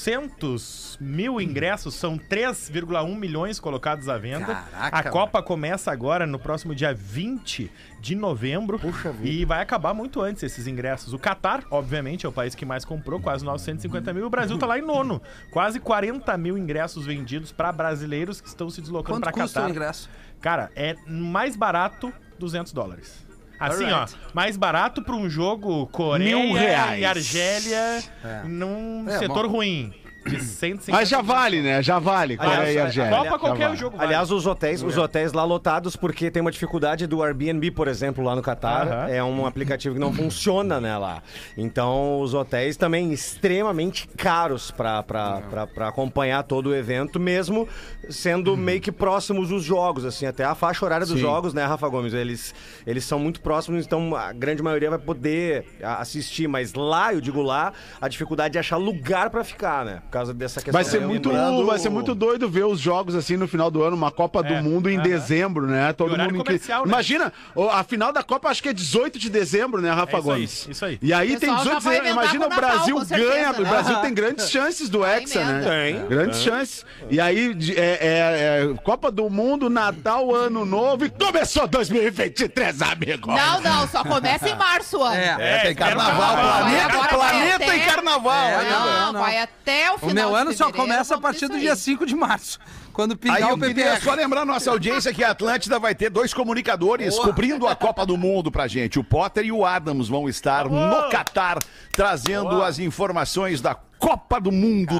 [SPEAKER 7] 400 mil ingressos, são 3,1 milhões colocados à venda.
[SPEAKER 4] Caraca,
[SPEAKER 7] a Copa começa agora no próximo dia 20 de novembro e vai acabar muito antes esses ingressos. O Catar, obviamente, é o país que mais comprou, quase 950 mil. O Brasil tá lá em nono, quase 40 mil ingressos vendidos para brasileiros que estão se deslocando
[SPEAKER 4] Quanto
[SPEAKER 7] para
[SPEAKER 4] custa o
[SPEAKER 7] Catar.
[SPEAKER 4] ingresso?
[SPEAKER 7] Cara, é mais barato 200 dólares. Assim, ó, mais barato pra um jogo Coreia
[SPEAKER 3] Mil reais.
[SPEAKER 7] e Argélia num
[SPEAKER 4] É,
[SPEAKER 7] setor
[SPEAKER 4] bom.
[SPEAKER 7] ruim. de 150.
[SPEAKER 3] Mas já vale, né? Já vale. Coreia e
[SPEAKER 7] Aliás,
[SPEAKER 3] Argélia.
[SPEAKER 7] Copa
[SPEAKER 3] Já
[SPEAKER 7] qualquer
[SPEAKER 3] vale.
[SPEAKER 7] jogo. É. vale.
[SPEAKER 6] Aliás, os hotéis, os hotéis lá lotados, porque tem uma dificuldade do Airbnb, por exemplo, lá no Catar.
[SPEAKER 7] Aham.
[SPEAKER 6] É um aplicativo que não funciona, né, lá. Então, os hotéis também extremamente caros pra, pra, pra, pra acompanhar todo o evento, mesmo sendo
[SPEAKER 7] Uhum.
[SPEAKER 6] meio que próximos os jogos, assim, até a faixa horária dos jogos, né, Rafa Gomes? Eles, eles são muito próximos, então a grande maioria vai poder a- assistir, mas lá, eu digo lá, a dificuldade de achar lugar pra ficar, né? Por causa dessa questão.
[SPEAKER 3] Vai ser,
[SPEAKER 6] do
[SPEAKER 3] muito,
[SPEAKER 6] Airbnb.
[SPEAKER 3] vai ser muito doido ver os jogos assim no final do ano, uma Copa
[SPEAKER 7] É,
[SPEAKER 3] do Mundo em
[SPEAKER 7] aham.
[SPEAKER 3] dezembro, né?
[SPEAKER 7] E
[SPEAKER 3] Todo
[SPEAKER 7] horário
[SPEAKER 3] mundo em que-
[SPEAKER 7] comercial, né?
[SPEAKER 3] Imagina, o- a final da Copa acho que é 18 de dezembro, né, Rafa
[SPEAKER 7] É isso aí,
[SPEAKER 3] Gomes?
[SPEAKER 7] isso aí.
[SPEAKER 3] E aí tem
[SPEAKER 5] O pessoal
[SPEAKER 3] 18 de
[SPEAKER 5] já vai
[SPEAKER 3] dezembro. Imagina o
[SPEAKER 5] emendar com o Natal,
[SPEAKER 3] Brasil
[SPEAKER 5] com certeza,
[SPEAKER 3] ganha, o
[SPEAKER 5] né?
[SPEAKER 3] Brasil tem grandes chances do
[SPEAKER 5] Vai
[SPEAKER 3] Hexa, né?
[SPEAKER 5] emenda.
[SPEAKER 6] Tem.
[SPEAKER 3] Grandes chances. E aí de- é, é- é Copa do Mundo, Natal, Ano Novo e começou 2023, amigo.
[SPEAKER 5] Não, não, só começa em março, Ana.
[SPEAKER 4] É.
[SPEAKER 7] É,
[SPEAKER 1] tem
[SPEAKER 7] espero
[SPEAKER 1] carnaval,
[SPEAKER 7] pra-
[SPEAKER 5] Vai
[SPEAKER 1] planeta,
[SPEAKER 5] agora, vai
[SPEAKER 1] planeta
[SPEAKER 5] até-
[SPEAKER 1] e carnaval.
[SPEAKER 4] É,
[SPEAKER 5] Não,
[SPEAKER 4] não, não.
[SPEAKER 5] vai até o final.
[SPEAKER 4] O meu
[SPEAKER 5] de
[SPEAKER 4] ano só
[SPEAKER 5] fevereiro,
[SPEAKER 4] começa a
[SPEAKER 5] vamos
[SPEAKER 4] partir do
[SPEAKER 5] isso
[SPEAKER 4] dia
[SPEAKER 5] aí.
[SPEAKER 4] 5 de março, quando
[SPEAKER 2] Aí
[SPEAKER 4] pingar
[SPEAKER 2] eu
[SPEAKER 4] o
[SPEAKER 2] queria
[SPEAKER 4] PPR.
[SPEAKER 2] só lembrar nossa audiência que a Atlântida vai ter dois comunicadores cobrindo a Copa do Mundo pra gente. O Potter e o Adams vão estar no Catar trazendo as informações da Copa do Mundo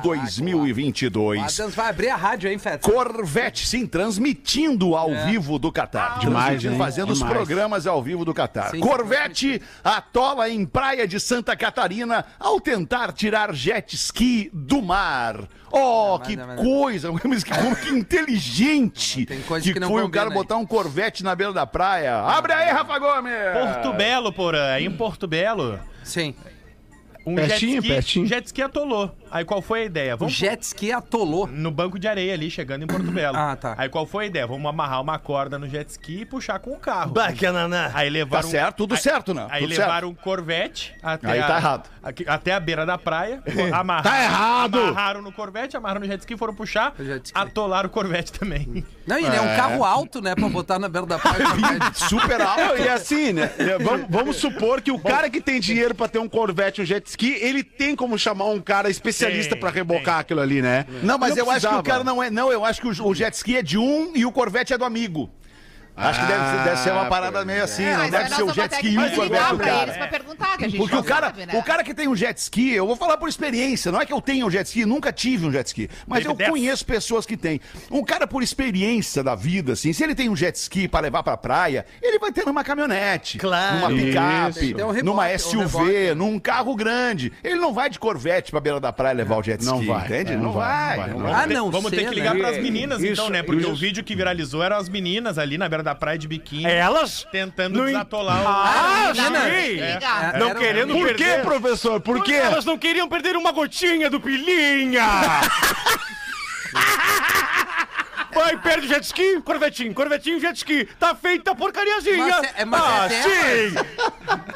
[SPEAKER 2] 2022.
[SPEAKER 4] O Adams vai abrir a rádio, hein, Feta?
[SPEAKER 2] Corvette, sim, transmitindo ao
[SPEAKER 4] É.
[SPEAKER 2] vivo do
[SPEAKER 4] Ah,
[SPEAKER 2] Catar.
[SPEAKER 3] Demais,
[SPEAKER 2] Transmitindo,
[SPEAKER 3] hein?
[SPEAKER 2] Fazendo os
[SPEAKER 3] Demais.
[SPEAKER 2] programas ao vivo do Catar.
[SPEAKER 4] Sim,
[SPEAKER 2] Corvette atola em praia de Santa Catarina ao tentar tirar jet ski do mar. Oh, que
[SPEAKER 4] manda, manda.
[SPEAKER 2] coisa! [LAUGHS] Mas que, como que inteligente
[SPEAKER 4] Tem coisa
[SPEAKER 2] que,
[SPEAKER 4] que não
[SPEAKER 2] foi o cara
[SPEAKER 4] combina aí.
[SPEAKER 2] botar um Corvette na beira da praia. Abre aí, Rafa Gomes!
[SPEAKER 7] Porto Belo, porã. Em Porto Belo,
[SPEAKER 4] Sim.
[SPEAKER 7] um
[SPEAKER 3] Pertinho,
[SPEAKER 7] jet, ski,
[SPEAKER 3] pertinho.
[SPEAKER 7] jet ski atolou. Aí qual foi a ideia?
[SPEAKER 4] O
[SPEAKER 7] Vamos
[SPEAKER 4] jet ski atolou.
[SPEAKER 7] no banco de areia ali, chegando em Porto Belo.
[SPEAKER 4] Ah, tá.
[SPEAKER 7] Aí qual foi a ideia? Vamos amarrar uma corda no jet ski e puxar com o carro.
[SPEAKER 6] Bacananá.
[SPEAKER 7] Aí
[SPEAKER 2] Tá
[SPEAKER 7] levaram.
[SPEAKER 2] certo, tudo
[SPEAKER 7] aí,
[SPEAKER 2] certo, né?
[SPEAKER 7] Aí
[SPEAKER 2] tudo
[SPEAKER 7] levaram um Corvette até.
[SPEAKER 2] Aí
[SPEAKER 7] a,
[SPEAKER 2] tá errado.
[SPEAKER 7] aqui- até a beira da
[SPEAKER 2] [LAUGHS]
[SPEAKER 7] praia. Amarraram,
[SPEAKER 3] Tá errado!
[SPEAKER 7] Amarraram no Corvette, amarraram no jet ski, foram puxar,
[SPEAKER 4] O jet ski.
[SPEAKER 7] atolaram o Corvette
[SPEAKER 2] Hum.
[SPEAKER 7] [LAUGHS] também.
[SPEAKER 4] Não, ele é, um carro alto, né, pra botar na beira da
[SPEAKER 7] [LAUGHS]
[SPEAKER 4] praia. é
[SPEAKER 2] certo. Super
[SPEAKER 3] Não,
[SPEAKER 2] alto.
[SPEAKER 3] e assim, né? é, Vamos, vamos supor que o cara que tem dinheiro pra ter um Corvette, um jet ski, ele tem como chamar um cara especialista
[SPEAKER 7] Tem,
[SPEAKER 3] pra rebocar aquilo ali, né?
[SPEAKER 2] Não, mas eu acho que o
[SPEAKER 3] precisava.
[SPEAKER 2] cara não é. Não, eu acho que o o jet ski é de um e o Corvette é do amigo. Acho que deve, ser- deve ser
[SPEAKER 3] Ah,
[SPEAKER 2] uma parada meio assim,
[SPEAKER 5] É,
[SPEAKER 2] não
[SPEAKER 5] mas
[SPEAKER 2] deve
[SPEAKER 5] aí
[SPEAKER 2] ser
[SPEAKER 5] nós
[SPEAKER 2] o
[SPEAKER 5] vamos
[SPEAKER 2] jet
[SPEAKER 5] até
[SPEAKER 2] ski um e
[SPEAKER 5] que
[SPEAKER 2] o
[SPEAKER 5] ligar
[SPEAKER 2] Corvette do
[SPEAKER 5] pra
[SPEAKER 2] cara.
[SPEAKER 5] eles pra perguntar, que a gente
[SPEAKER 2] Porque
[SPEAKER 5] não
[SPEAKER 2] o cara,
[SPEAKER 5] sabe, né?
[SPEAKER 2] o cara que tem um jet ski, eu vou falar por experiência, não é que eu tenho um jet ski, nunca tive um jet ski, mas
[SPEAKER 7] Teve
[SPEAKER 2] eu
[SPEAKER 7] dez.
[SPEAKER 2] conheço pessoas que têm. Um cara por experiência da vida, assim, se ele tem um jet ski pra levar pra praia, ele vai ter numa caminhonete,
[SPEAKER 6] Claro.
[SPEAKER 2] numa picape,
[SPEAKER 4] Isso. Tem um reboque,
[SPEAKER 2] numa
[SPEAKER 4] um
[SPEAKER 2] SUV,
[SPEAKER 4] reboque.
[SPEAKER 2] num carro grande. Ele não vai de Corvette pra beira da praia levar o jet
[SPEAKER 3] Não
[SPEAKER 2] ski,
[SPEAKER 3] vai.
[SPEAKER 2] entende?
[SPEAKER 3] É,
[SPEAKER 2] Não,
[SPEAKER 3] não
[SPEAKER 2] vai.
[SPEAKER 3] vai, não
[SPEAKER 2] não
[SPEAKER 3] vai.
[SPEAKER 2] vai.
[SPEAKER 4] Ah, não
[SPEAKER 7] Vamos ter
[SPEAKER 4] ser,
[SPEAKER 7] que ligar
[SPEAKER 4] né?
[SPEAKER 7] pras meninas, então,
[SPEAKER 9] Isso,
[SPEAKER 7] né? Porque
[SPEAKER 9] isso.
[SPEAKER 7] o vídeo que viralizou eram as meninas ali na beira da praia de biquíni.
[SPEAKER 2] É.
[SPEAKER 9] Elas?
[SPEAKER 7] Tentando
[SPEAKER 9] No in-
[SPEAKER 7] desatolar o.
[SPEAKER 9] Ah,
[SPEAKER 5] Ligar,
[SPEAKER 9] sim!
[SPEAKER 5] tem que ligar.
[SPEAKER 4] É,
[SPEAKER 9] Não
[SPEAKER 4] era-
[SPEAKER 9] querendo
[SPEAKER 3] Por quê,
[SPEAKER 9] perder.
[SPEAKER 3] professor? Por
[SPEAKER 9] Porque
[SPEAKER 3] quê?
[SPEAKER 9] elas não queriam perder uma gotinha do pilinha! Vai, perde o jet ski, corvetinho, corvetinho, jet ski. Tá feita a porcariazinha.
[SPEAKER 4] Mas é- é- mas
[SPEAKER 9] ah,
[SPEAKER 4] é
[SPEAKER 9] sim!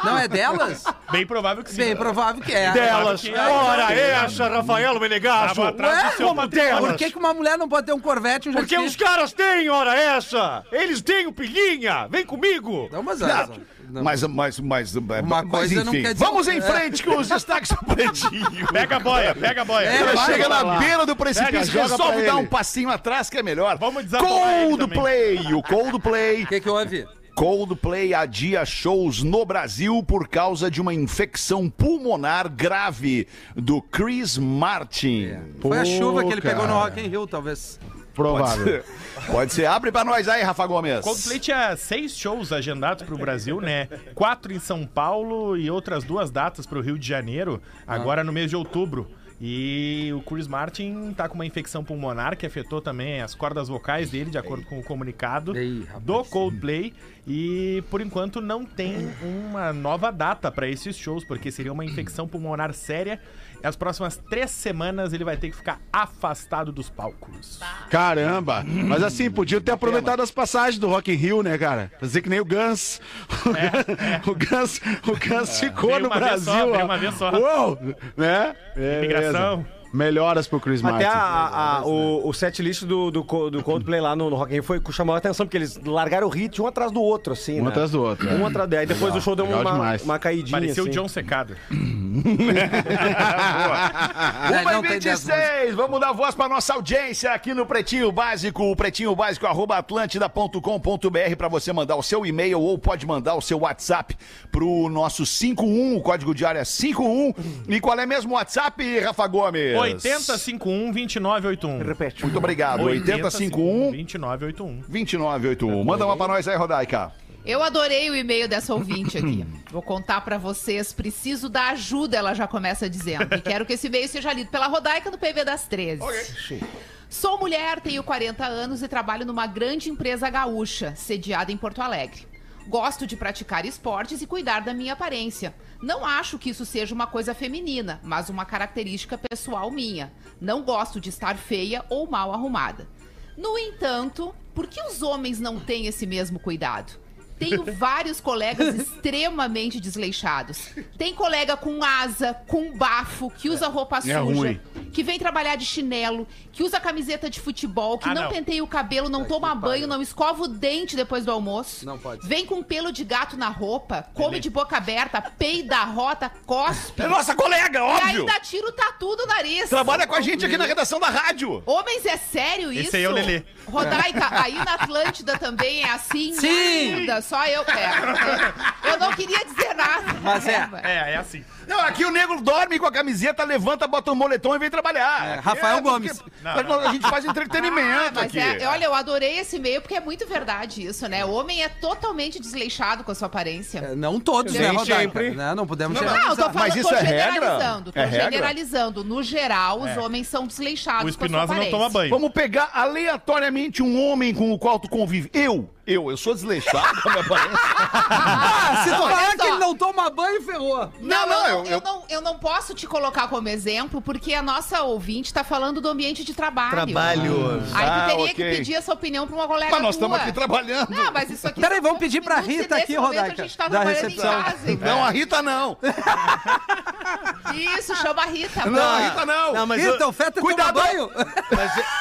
[SPEAKER 4] Não é delas?
[SPEAKER 7] Bem provável que sim.
[SPEAKER 4] Bem provável que é.
[SPEAKER 9] Delas.
[SPEAKER 7] que-
[SPEAKER 9] Ora essa, Rafaela Menegasso.
[SPEAKER 7] Tava atrás do
[SPEAKER 9] Ué,
[SPEAKER 7] seu
[SPEAKER 9] como
[SPEAKER 7] patrimônio.
[SPEAKER 9] delas?
[SPEAKER 4] Por que, que uma mulher não pode ter um Corvette e um jet
[SPEAKER 9] Porque
[SPEAKER 4] ski?
[SPEAKER 9] os caras têm, ora essa. Eles têm o pilinha. Vem comigo.
[SPEAKER 4] Não, mas... não.
[SPEAKER 2] Mas, mas, mas, é,
[SPEAKER 4] Uma
[SPEAKER 2] mas
[SPEAKER 4] coisa não
[SPEAKER 2] enfim.
[SPEAKER 4] quer dizer-
[SPEAKER 2] Vamos em frente com os destaques do Pretinho.
[SPEAKER 7] Pega a boia, pega a boia.
[SPEAKER 4] É, vai,
[SPEAKER 2] chega na
[SPEAKER 4] vai
[SPEAKER 2] beira do precipício,
[SPEAKER 3] joga
[SPEAKER 2] resolve
[SPEAKER 3] pra
[SPEAKER 2] dar
[SPEAKER 3] ele.
[SPEAKER 2] um passinho atrás que é melhor.
[SPEAKER 7] Vamos desatolar ele
[SPEAKER 2] Coldplay, o Coldplay.
[SPEAKER 4] O que que houve?
[SPEAKER 2] Coldplay adia shows no Brasil por causa de uma infecção pulmonar grave do Chris Martin.
[SPEAKER 4] Foi a chuva que ele
[SPEAKER 3] cara.
[SPEAKER 4] pegou no Rock in Rio, talvez.
[SPEAKER 2] Pode
[SPEAKER 3] Provável.
[SPEAKER 2] ser. [LAUGHS] Pode ser. Abre pra nós aí, Rafa Gomes.
[SPEAKER 7] Coldplay tinha seis shows agendados pro Brasil, né? Quatro em São Paulo e outras duas datas pro Rio de Janeiro, agora no mês de outubro. E o Chris Martin tá com uma infecção pulmonar que afetou também as cordas vocais dele, de acordo com o comunicado
[SPEAKER 4] Ei, rapaz.
[SPEAKER 7] do Coldplay. E por enquanto não tem uma nova data pra esses shows, porque seria uma infecção pulmonar séria. E as próximas três semanas ele vai ter que ficar afastado dos palcos.
[SPEAKER 4] Tá.
[SPEAKER 3] Caramba! Mas assim, podiam ter aproveitado as passagens do Rock in Rio, né, cara? Fazer que nem o Guns. O Guns, [LAUGHS] o Guns, o Guns ficou
[SPEAKER 7] É, Veio
[SPEAKER 3] no
[SPEAKER 7] uma vez só,
[SPEAKER 3] Brasil.
[SPEAKER 7] veio
[SPEAKER 3] ó.
[SPEAKER 7] uma vez só.
[SPEAKER 3] Uou! Né? Beleza.
[SPEAKER 7] Imigração.
[SPEAKER 3] Melhoras pro Chris Martin.
[SPEAKER 6] Até a- a- a- o, o set list do, do, Co- do Coldplay lá no, no Rock in Rio foi, chamou a atenção, porque eles largaram o hit um atrás do outro, assim,
[SPEAKER 3] Um
[SPEAKER 6] né?
[SPEAKER 3] atrás do outro,
[SPEAKER 6] Um
[SPEAKER 3] é.
[SPEAKER 6] atrás do outro. Aí depois
[SPEAKER 3] Legal,
[SPEAKER 6] o show deu
[SPEAKER 3] legal
[SPEAKER 6] uma,
[SPEAKER 3] demais.
[SPEAKER 6] uma caidinha,
[SPEAKER 7] Parecia
[SPEAKER 6] assim.
[SPEAKER 7] o John Secado.
[SPEAKER 4] É, Não,
[SPEAKER 2] Uma
[SPEAKER 4] não
[SPEAKER 2] e
[SPEAKER 4] tem dez músicas.
[SPEAKER 2] 26, vamos dar voz para nossa audiência aqui no Pretinho Básico, o pretinho básico arroba atlântida.com.br para você mandar o seu e-mail ou pode mandar o seu WhatsApp um, pro nosso 51, o código de área é 51. E qual é mesmo o WhatsApp, Rafa Gomes?
[SPEAKER 7] 8051-2981.
[SPEAKER 9] Repete.
[SPEAKER 2] Muito obrigado. 8051
[SPEAKER 7] 2981.
[SPEAKER 2] 2981. Manda uma pra nós aí, Rodaica.
[SPEAKER 5] Eu adorei o e-mail dessa ouvinte aqui.
[SPEAKER 2] Hum.
[SPEAKER 5] Vou contar pra vocês. Preciso da ajuda, ela já começa dizendo. E quero que esse e-mail seja lido pela Rodaica do PB das 13. Sou mulher, tenho 40 anos e trabalho numa grande empresa gaúcha, sediada em Porto Alegre. Gosto de praticar esportes e cuidar da minha aparência. Não acho que isso seja uma coisa feminina, mas uma característica pessoal minha. Não gosto de estar feia ou mal arrumada. No entanto, por que os homens não têm esse mesmo cuidado? Tenho vários colegas extremamente desleixados. Tem colega com asa, com bafo, que usa roupa suja,
[SPEAKER 3] ruim.
[SPEAKER 5] que vem trabalhar de chinelo, que usa camiseta de futebol, que
[SPEAKER 7] Ah,
[SPEAKER 5] não,
[SPEAKER 7] não.
[SPEAKER 5] penteia o cabelo, não toma banho, não escova o dente depois do almoço.
[SPEAKER 4] Não pode.
[SPEAKER 5] Vem com pelo de gato na roupa, come de boca aberta, peida, rota,
[SPEAKER 7] [LAUGHS]
[SPEAKER 5] cospe.
[SPEAKER 2] É nossa colega,
[SPEAKER 5] E
[SPEAKER 2] óbvio!
[SPEAKER 5] ainda tira o tatu do nariz.
[SPEAKER 2] Trabalha com a gente aqui na redação da rádio.
[SPEAKER 5] Homens, é sério isso?
[SPEAKER 7] Esse aí é o Lelê.
[SPEAKER 5] Rodaica, aí na Atlântida também é assim?
[SPEAKER 4] Sim.
[SPEAKER 5] Ainda, só eu pego. É. Eu não queria dizer nada.
[SPEAKER 4] Mas
[SPEAKER 5] [LAUGHS]
[SPEAKER 4] é.
[SPEAKER 7] É, é assim.
[SPEAKER 2] Não, aqui o negro dorme com a camiseta, levanta, bota um moletom e vem trabalhar. Aqui
[SPEAKER 4] É,
[SPEAKER 2] é
[SPEAKER 4] Rafael
[SPEAKER 2] porque-
[SPEAKER 4] Gomes.
[SPEAKER 2] Mas A gente faz entretenimento
[SPEAKER 5] Mas
[SPEAKER 2] aqui.
[SPEAKER 5] é, olha, eu adorei esse e-mail porque é muito verdade isso, né? O homem é totalmente desleixado com a sua aparência.
[SPEAKER 4] É, Não todos, né,
[SPEAKER 9] Nem
[SPEAKER 4] Rodaica?
[SPEAKER 9] sempre.
[SPEAKER 4] Né? Não podemos
[SPEAKER 5] Não,
[SPEAKER 4] generalizar.
[SPEAKER 5] eu tô falando,
[SPEAKER 2] Mas isso
[SPEAKER 5] tô
[SPEAKER 2] é regra?
[SPEAKER 5] generalizando. Tô
[SPEAKER 2] É regra?
[SPEAKER 5] generalizando. No geral,
[SPEAKER 4] É.
[SPEAKER 5] os homens são
[SPEAKER 7] O
[SPEAKER 5] desleixados com a sua
[SPEAKER 7] Espinosa não
[SPEAKER 5] aparência.
[SPEAKER 7] toma banho.
[SPEAKER 2] Vamos pegar aleatoriamente um homem com o qual tu convive. Eu, eu, eu sou desleixado é com a minha
[SPEAKER 5] [LAUGHS]
[SPEAKER 2] aparência.
[SPEAKER 4] Ah, se tu
[SPEAKER 5] Olha
[SPEAKER 4] falar
[SPEAKER 5] só.
[SPEAKER 4] que ele não toma banho, ferrou.
[SPEAKER 2] Não,
[SPEAKER 5] Não,
[SPEAKER 2] não,
[SPEAKER 5] eu, não-
[SPEAKER 2] eu-
[SPEAKER 5] eu não, eu não posso te colocar como exemplo, porque a nossa ouvinte tá falando do ambiente de trabalho.
[SPEAKER 9] Trabalho.
[SPEAKER 5] Aí
[SPEAKER 2] Ah,
[SPEAKER 5] tu teria
[SPEAKER 2] ok.
[SPEAKER 5] que pedir essa opinião pra uma colega
[SPEAKER 2] Mas nós
[SPEAKER 5] tua.
[SPEAKER 2] estamos aqui trabalhando.
[SPEAKER 5] Não, mas isso aqui...
[SPEAKER 4] Peraí, vamos
[SPEAKER 5] são
[SPEAKER 4] pedir pra
[SPEAKER 5] minutos e
[SPEAKER 4] Rita
[SPEAKER 5] nesse
[SPEAKER 4] aqui,
[SPEAKER 5] momento
[SPEAKER 4] Rodaica,
[SPEAKER 5] A gente tá
[SPEAKER 4] da
[SPEAKER 5] trabalhando em
[SPEAKER 4] recepção.
[SPEAKER 5] casa. então.
[SPEAKER 2] Não, a Rita não.
[SPEAKER 5] Isso, chama a Rita.
[SPEAKER 2] Não, a Rita não.
[SPEAKER 9] Não, mas eu-
[SPEAKER 4] Então, Feta
[SPEAKER 2] Cuidado.
[SPEAKER 4] toma banho?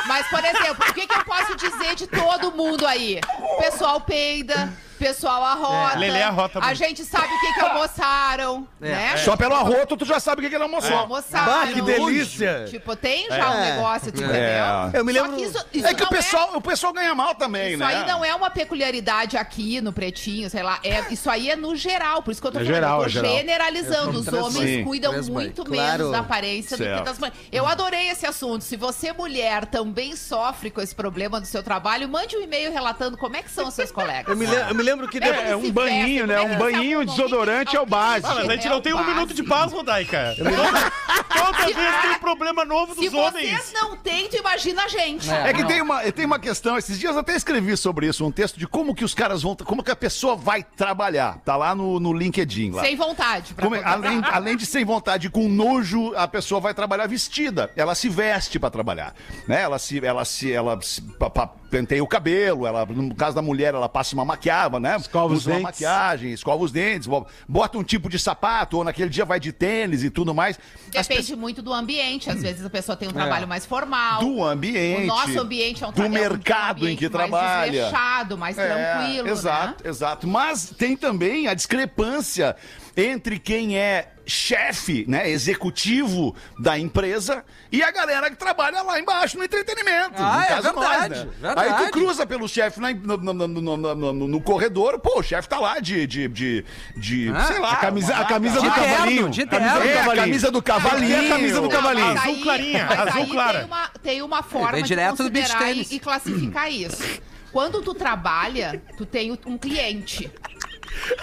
[SPEAKER 5] Mas, por exemplo, o que, que eu posso dizer de todo mundo aí? Pessoal peida, pessoal arrota.
[SPEAKER 7] É. Lelê arrota
[SPEAKER 5] A
[SPEAKER 7] muito.
[SPEAKER 5] gente sabe o que, que almoçaram, né?
[SPEAKER 2] É. Só pelo arroto tu já sabe o que que ele almoçou.
[SPEAKER 5] Almoçaram.
[SPEAKER 9] É. Bah, que delícia. É.
[SPEAKER 5] Tipo, tem já um negócio, tu entendeu?
[SPEAKER 9] Eu me lembro-
[SPEAKER 5] Só que isso, isso
[SPEAKER 2] É que o
[SPEAKER 5] não
[SPEAKER 2] pessoal, o pessoal ganha mal também,
[SPEAKER 5] Isso
[SPEAKER 2] né?
[SPEAKER 5] aí não é uma peculiaridade aqui no pretinho, sei lá. É, isso aí é no geral, por isso que eu tô
[SPEAKER 2] É
[SPEAKER 5] falando,
[SPEAKER 2] geral,
[SPEAKER 5] eu tô
[SPEAKER 2] é geral.
[SPEAKER 5] generalizando. Os homens
[SPEAKER 2] Sim.
[SPEAKER 5] cuidam
[SPEAKER 4] Trans mãe.
[SPEAKER 5] muito
[SPEAKER 9] Claro.
[SPEAKER 5] menos da aparência do
[SPEAKER 2] Certo.
[SPEAKER 5] que das mulheres. Eu adorei esse assunto. Se você, mulher, também sofre com esse problema do seu trabalho, mande um e-mail relatando como é que são os seus colegas.
[SPEAKER 9] Eu me, le- eu me lembro que
[SPEAKER 5] Como
[SPEAKER 9] depois.
[SPEAKER 5] eles
[SPEAKER 3] um
[SPEAKER 5] se
[SPEAKER 3] banhinho,
[SPEAKER 5] vestem,
[SPEAKER 3] né?
[SPEAKER 5] como é
[SPEAKER 3] Um
[SPEAKER 5] que eles
[SPEAKER 3] banhinho,
[SPEAKER 5] arrumam,
[SPEAKER 3] desodorante é o
[SPEAKER 5] o que que eles-
[SPEAKER 7] Ah, mas a gente
[SPEAKER 5] é
[SPEAKER 7] não
[SPEAKER 5] o
[SPEAKER 7] tem um
[SPEAKER 5] básico.
[SPEAKER 7] minuto de paz, Rodaica. Toda vez tem um problema novo
[SPEAKER 5] Se
[SPEAKER 7] dos
[SPEAKER 5] vocês
[SPEAKER 7] homens.
[SPEAKER 5] não têm, tu imagina a gente.
[SPEAKER 2] É que tem uma, tem uma questão, esses dias eu até escrevi sobre isso, um texto de como que os caras vão, como que a pessoa vai trabalhar. Tá lá no, no LinkedIn lá.
[SPEAKER 5] Sem vontade. pra
[SPEAKER 2] Como é-
[SPEAKER 5] poder
[SPEAKER 2] além,
[SPEAKER 5] falar.
[SPEAKER 2] além de sem vontade, com nojo, a pessoa vai trabalhar vestida. Ela se veste pra trabalhar, né? Ela se, ela se, ela se, pa- pa- penteia o cabelo. Ela, no caso da mulher, ela passa uma maquiagem, né?
[SPEAKER 3] Escova os
[SPEAKER 2] Usa uma
[SPEAKER 3] dentes.
[SPEAKER 2] maquiagem, escova os dentes, bo- bota um tipo de sapato ou naquele dia vai de tênis e tudo mais. As Hum. É.
[SPEAKER 5] Depende muito do ambiente. Às vezes a pessoa tem um trabalho mais formal.
[SPEAKER 2] do ambiente,
[SPEAKER 5] O nosso ambiente é um
[SPEAKER 2] do
[SPEAKER 5] tra- é um
[SPEAKER 2] mercado em que
[SPEAKER 5] ambiente mais
[SPEAKER 2] trabalha. É,
[SPEAKER 5] desleixado, mais tranquilo, né?
[SPEAKER 2] Exato, exato. Mas tem também a discrepância entre quem é chefe, né, executivo da empresa e a galera que trabalha lá embaixo no entretenimento.
[SPEAKER 4] Ah,
[SPEAKER 2] no
[SPEAKER 4] é
[SPEAKER 2] caso
[SPEAKER 4] verdade,
[SPEAKER 2] nós, né?
[SPEAKER 4] verdade.
[SPEAKER 2] Aí tu cruza pelo chefe na- no, no- no- no- no- no- no corredor, pô, o chefe tá lá de, de, de, de
[SPEAKER 4] Ah, Tipo,
[SPEAKER 2] sei lá,
[SPEAKER 3] A camisa, a
[SPEAKER 2] uma-
[SPEAKER 3] camisa do
[SPEAKER 4] De terno,
[SPEAKER 3] cavalinho.
[SPEAKER 4] de
[SPEAKER 3] Camisa do
[SPEAKER 4] terno.
[SPEAKER 2] É, a
[SPEAKER 3] cavalinho.
[SPEAKER 2] camisa do cavalinho.
[SPEAKER 3] Cadê a camisa do
[SPEAKER 5] Não, mas
[SPEAKER 3] cavalinho?
[SPEAKER 5] aí-
[SPEAKER 7] Azul clarinha,
[SPEAKER 5] mas
[SPEAKER 7] azul
[SPEAKER 5] aí
[SPEAKER 7] clara.
[SPEAKER 5] Tem uma, tem uma forma
[SPEAKER 4] Vem
[SPEAKER 5] de
[SPEAKER 4] direto do beach
[SPEAKER 5] considerar e,
[SPEAKER 4] tennis.
[SPEAKER 5] e classificar isso. Quando tu trabalha, tu tem um cliente.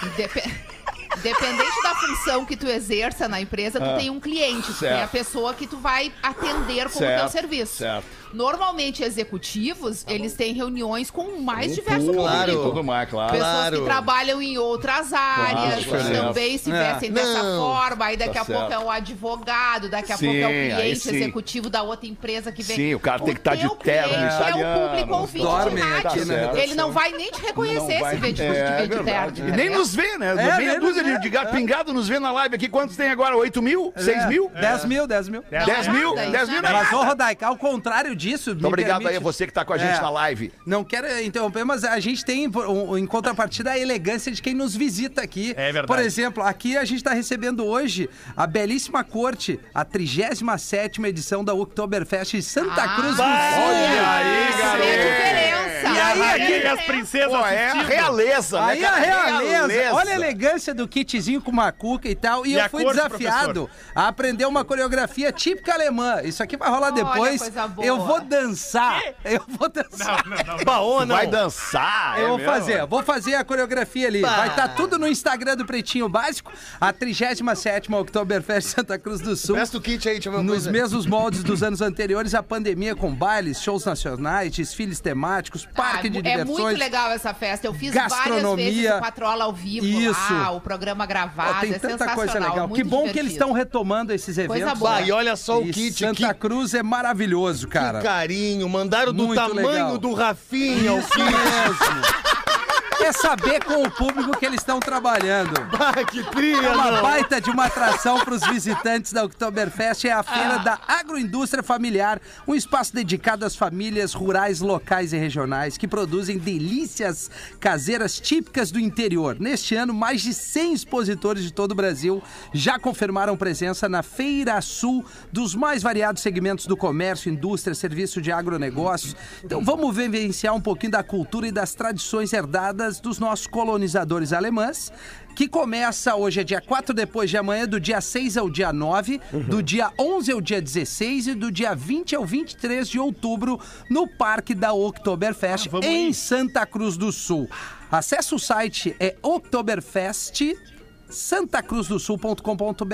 [SPEAKER 5] Indepe- Independente da função que tu exerça na empresa, tu tem um cliente, tu tem
[SPEAKER 2] Certo.
[SPEAKER 5] a pessoa que tu vai atender como
[SPEAKER 2] Certo,
[SPEAKER 5] teu serviço.
[SPEAKER 2] certo.
[SPEAKER 5] Normalmente, executivos, eles têm reuniões com mais diversos
[SPEAKER 4] um
[SPEAKER 2] Público,
[SPEAKER 9] Claro.
[SPEAKER 2] Tudo mais, claro.
[SPEAKER 5] Pessoas
[SPEAKER 9] Claro.
[SPEAKER 5] que trabalham em outras áreas,
[SPEAKER 2] claro.
[SPEAKER 5] que também se
[SPEAKER 4] É.
[SPEAKER 5] vestem dessa
[SPEAKER 9] Não.
[SPEAKER 5] forma, aí daqui
[SPEAKER 2] Tá
[SPEAKER 5] a pouco
[SPEAKER 2] certo.
[SPEAKER 5] é o advogado, daqui a
[SPEAKER 2] Sim,
[SPEAKER 5] pouco é o
[SPEAKER 2] aí
[SPEAKER 5] cliente
[SPEAKER 2] sim.
[SPEAKER 5] executivo da outra empresa que vem.
[SPEAKER 2] Sim, o cara tem que tá de
[SPEAKER 5] teu
[SPEAKER 2] terno,
[SPEAKER 5] cliente É
[SPEAKER 2] italiano,
[SPEAKER 5] o público ouvinte
[SPEAKER 4] dorme
[SPEAKER 5] de rádio.
[SPEAKER 4] aqui na redação.
[SPEAKER 5] Ele não vai nem te reconhecer se vê de, de,
[SPEAKER 2] É
[SPEAKER 5] de, de
[SPEAKER 2] verdade.
[SPEAKER 5] terno.
[SPEAKER 2] E nem nos vê, né?
[SPEAKER 4] É,
[SPEAKER 2] Meia
[SPEAKER 4] nem
[SPEAKER 2] dúzia
[SPEAKER 4] nos vê.
[SPEAKER 2] de, de gato pingado nos vê na live aqui. Quantos tem agora? 8 mil?
[SPEAKER 4] É.
[SPEAKER 2] 6 mil?
[SPEAKER 4] 10 mil, 10 mil.
[SPEAKER 7] É.
[SPEAKER 2] 10 mil?
[SPEAKER 5] Nada,
[SPEAKER 2] 10 mil não é
[SPEAKER 5] isso é
[SPEAKER 4] Mas,
[SPEAKER 2] nada.
[SPEAKER 4] ô, Rodaica, ao contrário disso... me
[SPEAKER 2] Muito obrigado aí
[SPEAKER 4] permite-
[SPEAKER 2] a você que tá com a gente
[SPEAKER 4] É.
[SPEAKER 2] na live.
[SPEAKER 4] Não quero interromper, mas a gente tem, por- um- em contrapartida, a elegância de quem nos visita aqui.
[SPEAKER 7] É verdade.
[SPEAKER 4] Por exemplo, aqui a gente está recebendo hoje a belíssima corte, a
[SPEAKER 5] Ah,
[SPEAKER 4] 37ª edição da Oktoberfest em Santa Cruz do Sul.
[SPEAKER 5] Olha
[SPEAKER 2] aí,
[SPEAKER 5] Isso
[SPEAKER 2] garoto.
[SPEAKER 5] é diferença.
[SPEAKER 4] E aí Aí
[SPEAKER 7] a rainha
[SPEAKER 4] aqui-
[SPEAKER 7] e as princesas
[SPEAKER 2] Pô, é a
[SPEAKER 7] assistindo.
[SPEAKER 2] realeza, né?
[SPEAKER 4] Aí a
[SPEAKER 2] cara?
[SPEAKER 4] realeza, olha a elegância do kitzinho com uma cuca e tal. E,
[SPEAKER 7] E
[SPEAKER 4] eu
[SPEAKER 7] a
[SPEAKER 4] fui
[SPEAKER 7] cor do
[SPEAKER 4] desafiado a aprender uma coreografia típica alemã. Isso aqui vai rolar depois.
[SPEAKER 5] coisa boa.
[SPEAKER 4] Eu vou dançar. Eu vou dançar.
[SPEAKER 7] Não, não, não.
[SPEAKER 9] Baona.
[SPEAKER 2] Vai dançar. é
[SPEAKER 4] Eu vou
[SPEAKER 2] mesmo?
[SPEAKER 4] fazer, vou fazer a coreografia ali. Vai estar tudo no Instagram do Pretinho Básico, a 37ª Oktoberfest Santa Cruz do Sul.
[SPEAKER 9] Presta o kit aí, deixa eu ver uma
[SPEAKER 4] Nos
[SPEAKER 9] coisa.
[SPEAKER 4] mesmos moldes dos anos anteriores, a pandemia com bailes, shows nacionais, desfiles temáticos, parque
[SPEAKER 5] Ah,
[SPEAKER 4] de
[SPEAKER 5] é
[SPEAKER 4] diversões.
[SPEAKER 5] muito legal essa festa. Eu fiz várias vezes
[SPEAKER 4] gastronomia.
[SPEAKER 5] o Patrola ao vivo
[SPEAKER 4] Isso.
[SPEAKER 5] lá, o programa gravado.
[SPEAKER 4] Ó, tem
[SPEAKER 5] é
[SPEAKER 4] tanta
[SPEAKER 5] sensacional.
[SPEAKER 4] coisa legal.
[SPEAKER 5] muito
[SPEAKER 4] Que bom que
[SPEAKER 5] divertido.
[SPEAKER 4] eles estão retomando esses eventos.
[SPEAKER 5] Coisa boa.
[SPEAKER 9] Bah, e olha só o
[SPEAKER 4] E
[SPEAKER 9] kit.
[SPEAKER 4] Santa
[SPEAKER 9] que
[SPEAKER 4] Cruz é maravilhoso, cara.
[SPEAKER 9] carinho. Mandaram do
[SPEAKER 4] Muito
[SPEAKER 9] tamanho
[SPEAKER 4] legal.
[SPEAKER 9] do Rafinha o kit.
[SPEAKER 4] É saber com o público que eles estão trabalhando.
[SPEAKER 9] Ah, que tria,
[SPEAKER 4] Uma
[SPEAKER 9] não.
[SPEAKER 4] baita de uma atração para os visitantes da Oktoberfest é a Feira da Agroindústria Familiar, um espaço dedicado às famílias rurais, locais e regionais que produzem delícias caseiras típicas do interior. Neste ano, mais de 100 expositores de todo o Brasil já confirmaram presença na Feira Sul dos mais variados segmentos do comércio, indústria, serviço de agronegócios. Então vamos vivenciar um pouquinho da cultura e das tradições herdadas dos nossos colonizadores alemães que começa hoje, é dia 4 depois de amanhã, do dia 6 ao dia 9, do dia 11 ao dia 16 e do dia 20 ao 23 de outubro no Parque da Oktoberfest em Santa Cruz do Sul. Acesse o site, é Oktoberfest santacruzdosul.com.br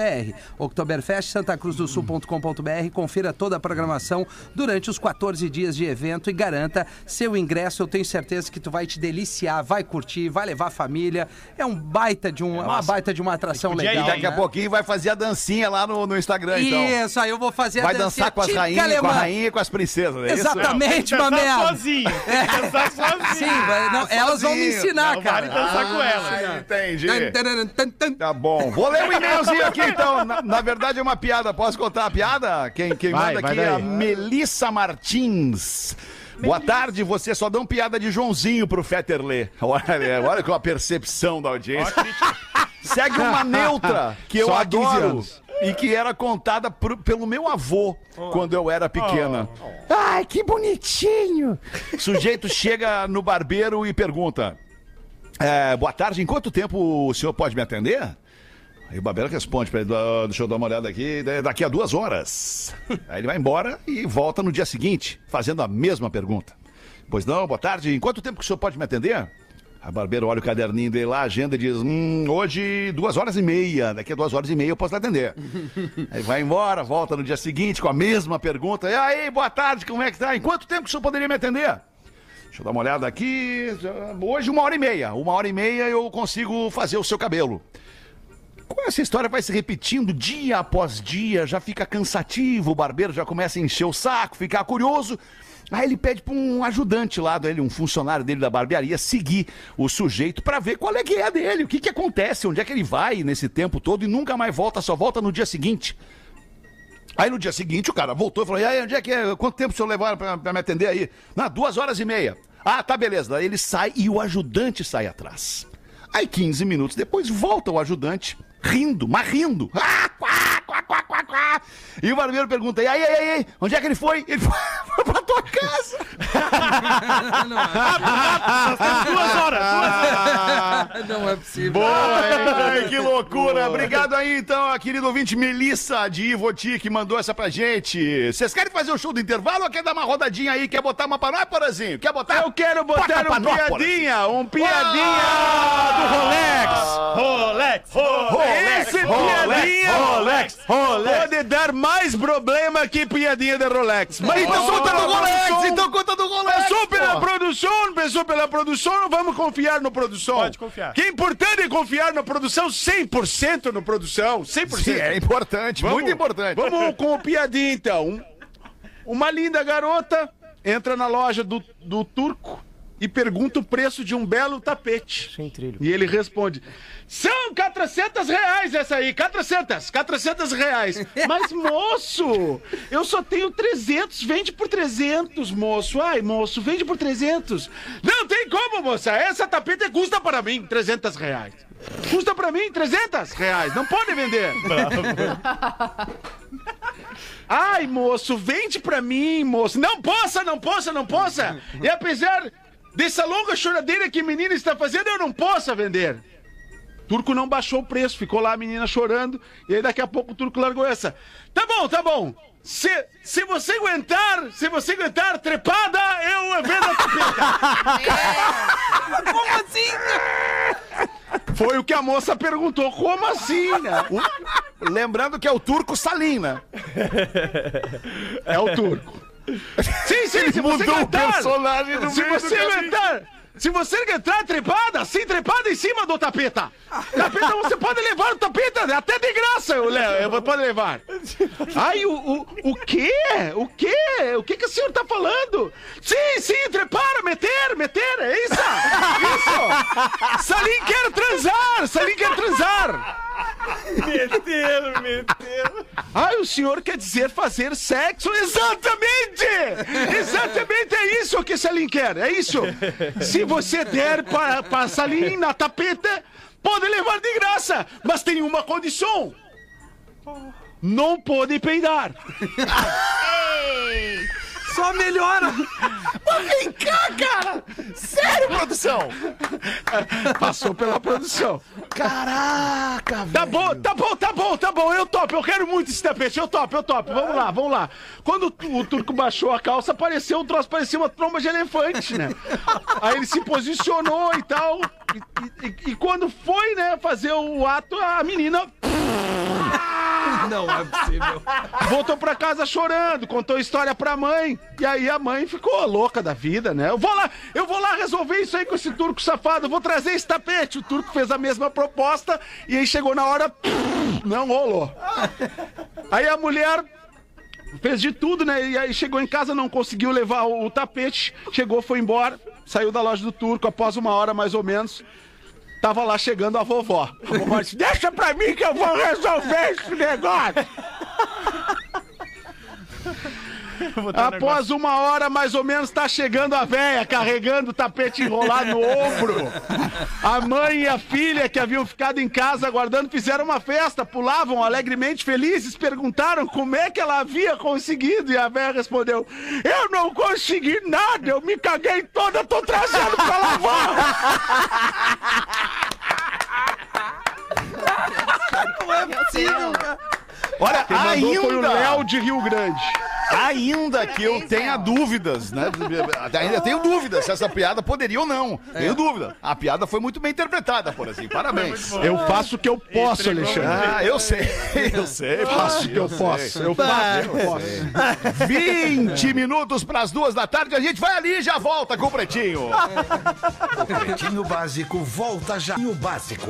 [SPEAKER 4] Oktoberfest santacruzdosul.com.br confira toda a programação durante os 14 dias de evento e garanta seu ingresso, eu tenho certeza que tu vai te deliciar, vai curtir, vai levar a família, é um baita de um, é uma baita de uma atração
[SPEAKER 7] Podia ir
[SPEAKER 4] legal,
[SPEAKER 2] Daqui a
[SPEAKER 4] né?
[SPEAKER 2] pouquinho vai fazer a dancinha lá no, no Instagram, então.
[SPEAKER 4] Isso, aí eu vou fazer a
[SPEAKER 2] Vai
[SPEAKER 4] dancinha
[SPEAKER 2] dançar com as
[SPEAKER 4] típica
[SPEAKER 2] rainhas, com a
[SPEAKER 4] alemã.
[SPEAKER 2] rainha e com as princesas, é isso?
[SPEAKER 4] Exatamente,
[SPEAKER 7] Tem que dançar
[SPEAKER 4] Mamela.
[SPEAKER 7] sozinho. Tem que dançar sozinho.
[SPEAKER 4] Sim, vai-
[SPEAKER 2] Ah,
[SPEAKER 4] não, elas vão me
[SPEAKER 2] sozinho.
[SPEAKER 4] ensinar,
[SPEAKER 7] Não
[SPEAKER 4] cara.
[SPEAKER 7] vale dançar com elas.
[SPEAKER 2] Ah, entendi.
[SPEAKER 4] Tan, tan, tan,
[SPEAKER 2] [LAUGHS]
[SPEAKER 4] tan, tan.
[SPEAKER 2] Tá bom. Vou ler um e-mailzinho aqui, então. Na, na verdade, é uma piada. Posso contar a piada? Quem, quem
[SPEAKER 3] Vai,
[SPEAKER 2] manda
[SPEAKER 3] vai
[SPEAKER 2] aqui é a
[SPEAKER 3] daí.
[SPEAKER 2] Melissa Martins. Boa tarde, vocês só dão piada de Joãozinho pro Fetterlé. [LAUGHS] Olha, é, olha com a percepção da audiência. Segue uma
[SPEAKER 3] [LAUGHS]
[SPEAKER 2] neutra que eu
[SPEAKER 3] Só há 15
[SPEAKER 2] adoro
[SPEAKER 3] anos. Oh.
[SPEAKER 2] e que era contada pro- pelo meu avô quando eu era pequena. Ai, que bonitinho! [LAUGHS] Sujeito chega no barbeiro e pergunta: é, Boa tarde, em quanto tempo o senhor pode me atender? Aí o barbeiro responde pra ele: "Ah, Deixa eu dar uma olhada aqui, da- daqui a duas horas. Aí ele vai embora e volta no dia seguinte, fazendo a mesma pergunta: Pois não, boa tarde, em quanto tempo que o senhor pode me atender? A barbeiro olha o caderninho dele lá, a agenda e diz: Hum, hoje duas horas e meia, daqui a duas horas e meia eu posso lhe atender. Aí vai embora, volta no dia seguinte com a mesma pergunta: E aí, boa tarde, como é que tá? Em quanto tempo que o senhor poderia me atender? Deixa eu dar uma olhada aqui. Hoje, uma hora e meia. Uma hora e meia eu consigo fazer o seu cabelo. Como essa história vai se repetindo dia após dia, já fica cansativo, o barbeiro já começa a encher o saco, ficar curioso. Aí ele pede para um ajudante lá dele, um funcionário dele da barbearia, seguir o sujeito para ver qual é que é a dele, o que, que acontece, onde é que ele vai nesse tempo todo e nunca mais volta, só volta no dia seguinte. Aí no dia seguinte o cara voltou e falou: E aí, onde é que é? Quanto tempo o senhor levaram pra, pra me atender aí? Na duas horas e meia. Ah, tá, beleza. Daí ele sai e o ajudante sai atrás. Aí 15 minutos depois volta o ajudante, rindo, mas rindo. Ah, quá, quá, quá, quá, quá. E o barbeiro pergunta: E aí, aí, aí, onde é que ele foi? Ele [LAUGHS] foi foi pra tua casa.
[SPEAKER 7] Duas horas, duas horas.
[SPEAKER 4] Não é possível.
[SPEAKER 2] Boa, hein? que loucura. Obrigado aí, então, a querida ouvinte Melissa de Ivoti, que mandou essa pra gente. Vocês querem fazer o show do intervalo ou quer dar uma rodadinha aí? Quer botar uma pra nós, Porazinho? Quer botar?
[SPEAKER 3] Eu quero botar
[SPEAKER 2] Bota pra
[SPEAKER 3] um
[SPEAKER 2] nós,
[SPEAKER 3] piadinha, um piadinha
[SPEAKER 7] Rolex, Rolex.
[SPEAKER 3] do Rolex. Esse piadinha
[SPEAKER 7] Rolex, Rolex.
[SPEAKER 3] pode dar mais problema que piadinha de Rolex. Mas
[SPEAKER 2] Então conta do Rolex, então conta do Rolex.
[SPEAKER 3] Pensou pela
[SPEAKER 2] pô.
[SPEAKER 3] produção, pensou pela produção, não vamos confiar no produção.
[SPEAKER 7] Pode confiar.
[SPEAKER 3] Que é importante é confiar na produção, 100% no produção, 100%.
[SPEAKER 2] Sim, é importante,
[SPEAKER 3] Vamos-
[SPEAKER 2] muito importante.
[SPEAKER 3] Vamos com o piadinha, então. Uma linda garota entra na loja do, do turco e pergunta o preço de um belo tapete. Sem trilho.
[SPEAKER 6] [LAUGHS]
[SPEAKER 3] E ele responde, são 400 reais essa aí, 400, 400 reais. Mas, moço, eu só tenho 300, vende por 300, moço. Ai, moço, vende por 300. Não tem como, moça, essa tapete custa para mim 300 reais. Custa para mim 300 reais, não pode vender. Ai, moço, vende pra mim, moço. Não possa, não possa, não possa. E apesar Dessa longa choradeira que a menina está fazendo, eu não posso vender. Turco não baixou o preço, ficou lá a menina chorando, e aí daqui a pouco o Turco largou essa. Tá bom, tá bom. Se, se você aguentar, se você aguentar trepada, eu é vendo a tapeta.
[SPEAKER 4] Como assim?
[SPEAKER 3] [LAUGHS] Foi o que a moça perguntou. Como assim, [LAUGHS] né?
[SPEAKER 2] O- Lembrando que é o turco Salina.
[SPEAKER 3] É o turco. Sim, sim, se você aguentar,
[SPEAKER 2] personagem
[SPEAKER 3] se você aguentar, se você aguentar trepada, sim, trepada em cima do tapeta. Tapeta, você pode levar o tapeta, né? até de graça, eu, le- eu pode levar. Ai, o, o, o quê? O quê? O que que o senhor tá falando? Sim, sim, trepar, meter, meter, é isso, isso. Salim quer transar, Salim quer transar.
[SPEAKER 7] Meter, meter.
[SPEAKER 3] Ai, o senhor quer dizer fazer sexo? Exatamente! Exatamente é isso que Salim quer, é isso. Se você der para, para Salim na tapeta, pode levar de graça, mas tem uma condição. Não pode peidar.
[SPEAKER 4] Só melhora.
[SPEAKER 3] Vem cá, cara! Sério, produção? Passou pela produção. Caraca, velho. Tá bom, tá bom, tá bom, tá bom. Eu topo, eu quero muito esse tapete. Eu topo, eu topo. Vamos lá, vamos lá. Quando o tu- o turco baixou a calça, apareceu um troço, parecia uma tromba de elefante, né? Aí ele se posicionou e tal. E, e- e quando foi, né, fazer o ato, a menina
[SPEAKER 4] Não é possível.
[SPEAKER 3] Voltou pra casa chorando, contou a história pra mãe. E aí a mãe ficou louca da vida, né? Eu vou lá, eu vou lá resolver isso aí com esse turco safado, eu vou trazer esse tapete. O turco fez a mesma proposta e aí chegou na hora, não rolou. Aí a mulher fez de tudo, né? E aí chegou em casa, não conseguiu levar o, o tapete, chegou, foi embora, saiu da loja do turco após uma hora mais ou menos. Tava lá chegando a vovó. A vovó disse: Deixa pra mim que eu vou resolver esse negócio. Tá um
[SPEAKER 2] Ah,
[SPEAKER 3] Após uma hora, mais ou menos, tá chegando a véia, carregando o tapete enrolado no ombro. A mãe e a filha que haviam ficado em casa aguardando fizeram uma festa, pulavam alegremente felizes, perguntaram como é que ela havia conseguido. E a véia respondeu: Eu não consegui nada, eu me caguei toda, tô trazendo pra lavar.
[SPEAKER 2] Olha,
[SPEAKER 3] Quem mandou foi o Léo
[SPEAKER 2] ainda,
[SPEAKER 3] de Rio Grande.
[SPEAKER 2] ainda que eu
[SPEAKER 5] Parabéns,
[SPEAKER 2] tenha
[SPEAKER 5] Léo.
[SPEAKER 2] dúvidas, né? Ainda tenho dúvidas se essa piada poderia ou não. Tenho dúvida. A piada foi muito bem interpretada, por assim. Parabéns.
[SPEAKER 3] Eu faço o que eu posso, Alexandre.
[SPEAKER 2] Ah, eu sei, eu sei.
[SPEAKER 3] Faço o que eu posso, eu faço o que eu posso.
[SPEAKER 2] [LAUGHS] 20 minutos para as duas da tarde, a gente vai ali e já volta com o Pretinho.
[SPEAKER 1] Pretinho Básico volta já. E o básico.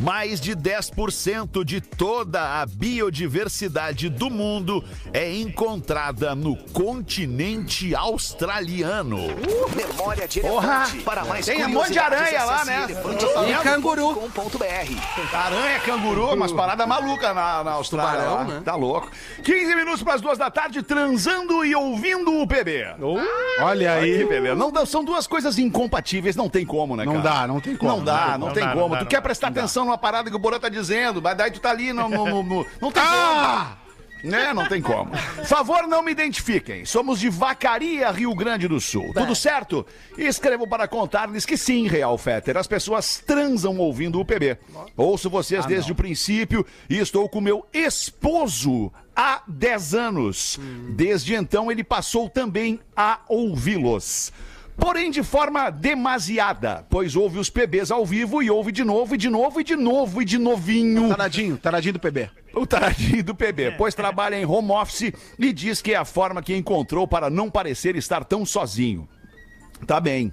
[SPEAKER 2] Mais de 10% de toda a biodiversidade do mundo é encontrada no continente australiano.
[SPEAKER 10] Memória de
[SPEAKER 2] Porra!
[SPEAKER 10] Elefante. Para mais
[SPEAKER 2] Tem um monte de
[SPEAKER 10] curiosidades,
[SPEAKER 2] aranha lá,
[SPEAKER 10] acesse
[SPEAKER 2] né?
[SPEAKER 4] E canguru.
[SPEAKER 10] elefante.com.br.
[SPEAKER 2] Tá, Aranha, canguru, umas paradas malucas na, na Austrália.
[SPEAKER 4] Tubarão,
[SPEAKER 2] lá.
[SPEAKER 4] né?
[SPEAKER 2] Tá louco. 15 minutos para as duas da tarde, transando e ouvindo o PB.
[SPEAKER 3] Olha
[SPEAKER 2] Aí, bebê. Não, dá- são duas coisas incompatíveis, não tem como, né,
[SPEAKER 3] Não
[SPEAKER 2] cara?
[SPEAKER 3] dá, não tem como,
[SPEAKER 2] Não dá, não,
[SPEAKER 7] não
[SPEAKER 2] tem
[SPEAKER 7] dá, não
[SPEAKER 2] como.
[SPEAKER 7] dá,
[SPEAKER 2] tu
[SPEAKER 7] não
[SPEAKER 2] quer
[SPEAKER 7] dá,
[SPEAKER 2] prestar atenção numa parada que o Borã tá dizendo, mas daí tu tá ali no... no, no- no- não tem
[SPEAKER 3] Ah!
[SPEAKER 2] como. Né? Não tem como. Favor, não me identifiquem. Somos de Vacaria, Rio Grande do Sul. Tudo certo? Escrevo para contar-lhes que sim, Real Fetter. As pessoas transam ouvindo o PB. Ouço vocês desde o princípio e estou com meu esposo há 10 anos. Desde então, ele passou também a ouvi-los. Porém, de forma demasiada, pois ouve os PBs ao vivo e ouve de novo, e de novo, e de novo, e de novinho.
[SPEAKER 3] Taradinho, taradinho do PB.
[SPEAKER 2] O taradinho do PB, pois trabalha em home office e diz que é a forma que encontrou para não parecer estar tão sozinho. Tá bem.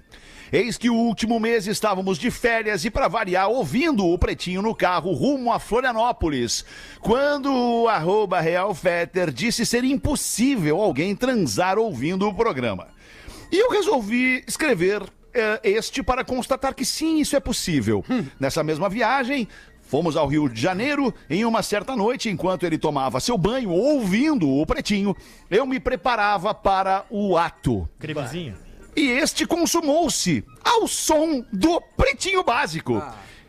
[SPEAKER 2] Eis que o último mês estávamos de férias e, para variar, ouvindo o Pretinho no carro rumo a Florianópolis, quando o arroba Real Fetter disse ser impossível alguém transar ouvindo o programa. E eu resolvi escrever eh, este para constatar que sim, isso é possível. Nessa mesma viagem, Fomos ao Rio de Janeiro em uma certa noite, enquanto ele tomava seu banho, ouvindo o pretinho, eu me preparava para o ato.
[SPEAKER 7] Cremezinho.
[SPEAKER 2] E este consumou-se ao som do pretinho básico.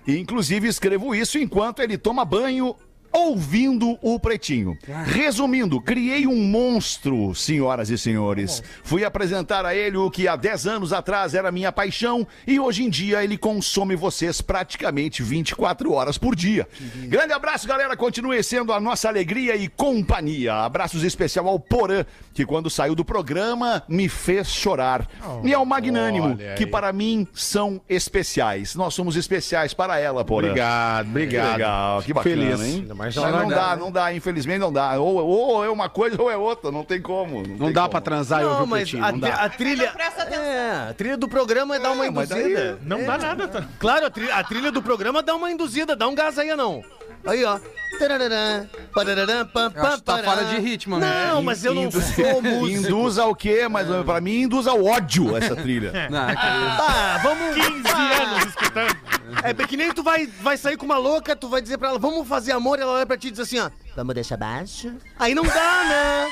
[SPEAKER 2] E, inclusive escrevo isso enquanto ele toma banho ouvindo o Pretinho. Resumindo, criei um monstro, senhoras e senhores. Fui apresentar a ele o que há 10 anos atrás era minha paixão e hoje em dia ele consome vocês praticamente 24 horas por dia. Grande abraço, galera. Continue sendo a nossa alegria e companhia. Abraços especial ao Porã, que quando saiu do programa me fez chorar. e ao Magnânimo,
[SPEAKER 3] Oh, olha
[SPEAKER 2] que
[SPEAKER 3] aí.
[SPEAKER 2] para mim são especiais. Nós somos especiais para ela, Porã.
[SPEAKER 3] Obrigado,
[SPEAKER 2] Que
[SPEAKER 3] obrigado.
[SPEAKER 2] legal, que bacana,
[SPEAKER 3] Feliz.
[SPEAKER 2] hein?
[SPEAKER 11] mais
[SPEAKER 2] Mas
[SPEAKER 11] na
[SPEAKER 2] não
[SPEAKER 11] hora
[SPEAKER 2] dá, não dá, infelizmente não dá. Ou, ou é uma coisa ou é outra, não tem como.
[SPEAKER 3] Não
[SPEAKER 2] tem
[SPEAKER 3] dá
[SPEAKER 2] como.
[SPEAKER 3] pra transar e
[SPEAKER 6] Não,
[SPEAKER 3] ouvir Tá, o
[SPEAKER 6] mas
[SPEAKER 3] pretinho,
[SPEAKER 6] a,
[SPEAKER 3] não dá.
[SPEAKER 6] a trilha.
[SPEAKER 5] Não presta atenção.
[SPEAKER 6] É, a trilha do programa é dar uma
[SPEAKER 2] É, mas daí-
[SPEAKER 6] induzida.
[SPEAKER 7] Não dá nada, tá?
[SPEAKER 6] Claro, a, tri- a trilha do programa dá uma induzida, dá um gás aí, não. Aí, ó. Tarararã, parararã, pam,
[SPEAKER 4] Eu acho
[SPEAKER 6] pam,
[SPEAKER 4] que tá
[SPEAKER 6] parará.
[SPEAKER 4] fora de ritmo, né? amigo.
[SPEAKER 6] Não, mas eu não sou músico.
[SPEAKER 2] Induz ao quê? Mas
[SPEAKER 3] É.
[SPEAKER 2] pra mim induz ao ódio essa
[SPEAKER 3] [LAUGHS]
[SPEAKER 2] trilha.
[SPEAKER 4] Não, é que-
[SPEAKER 6] Ah, vamos.
[SPEAKER 7] 15 anos escutando.
[SPEAKER 6] É bem que nem tu vai, vai sair com uma louca, tu vai dizer pra ela, vamos fazer amor, ela olha pra ti e diz assim, ó. Vamos deixar baixo? Aí não dá, né?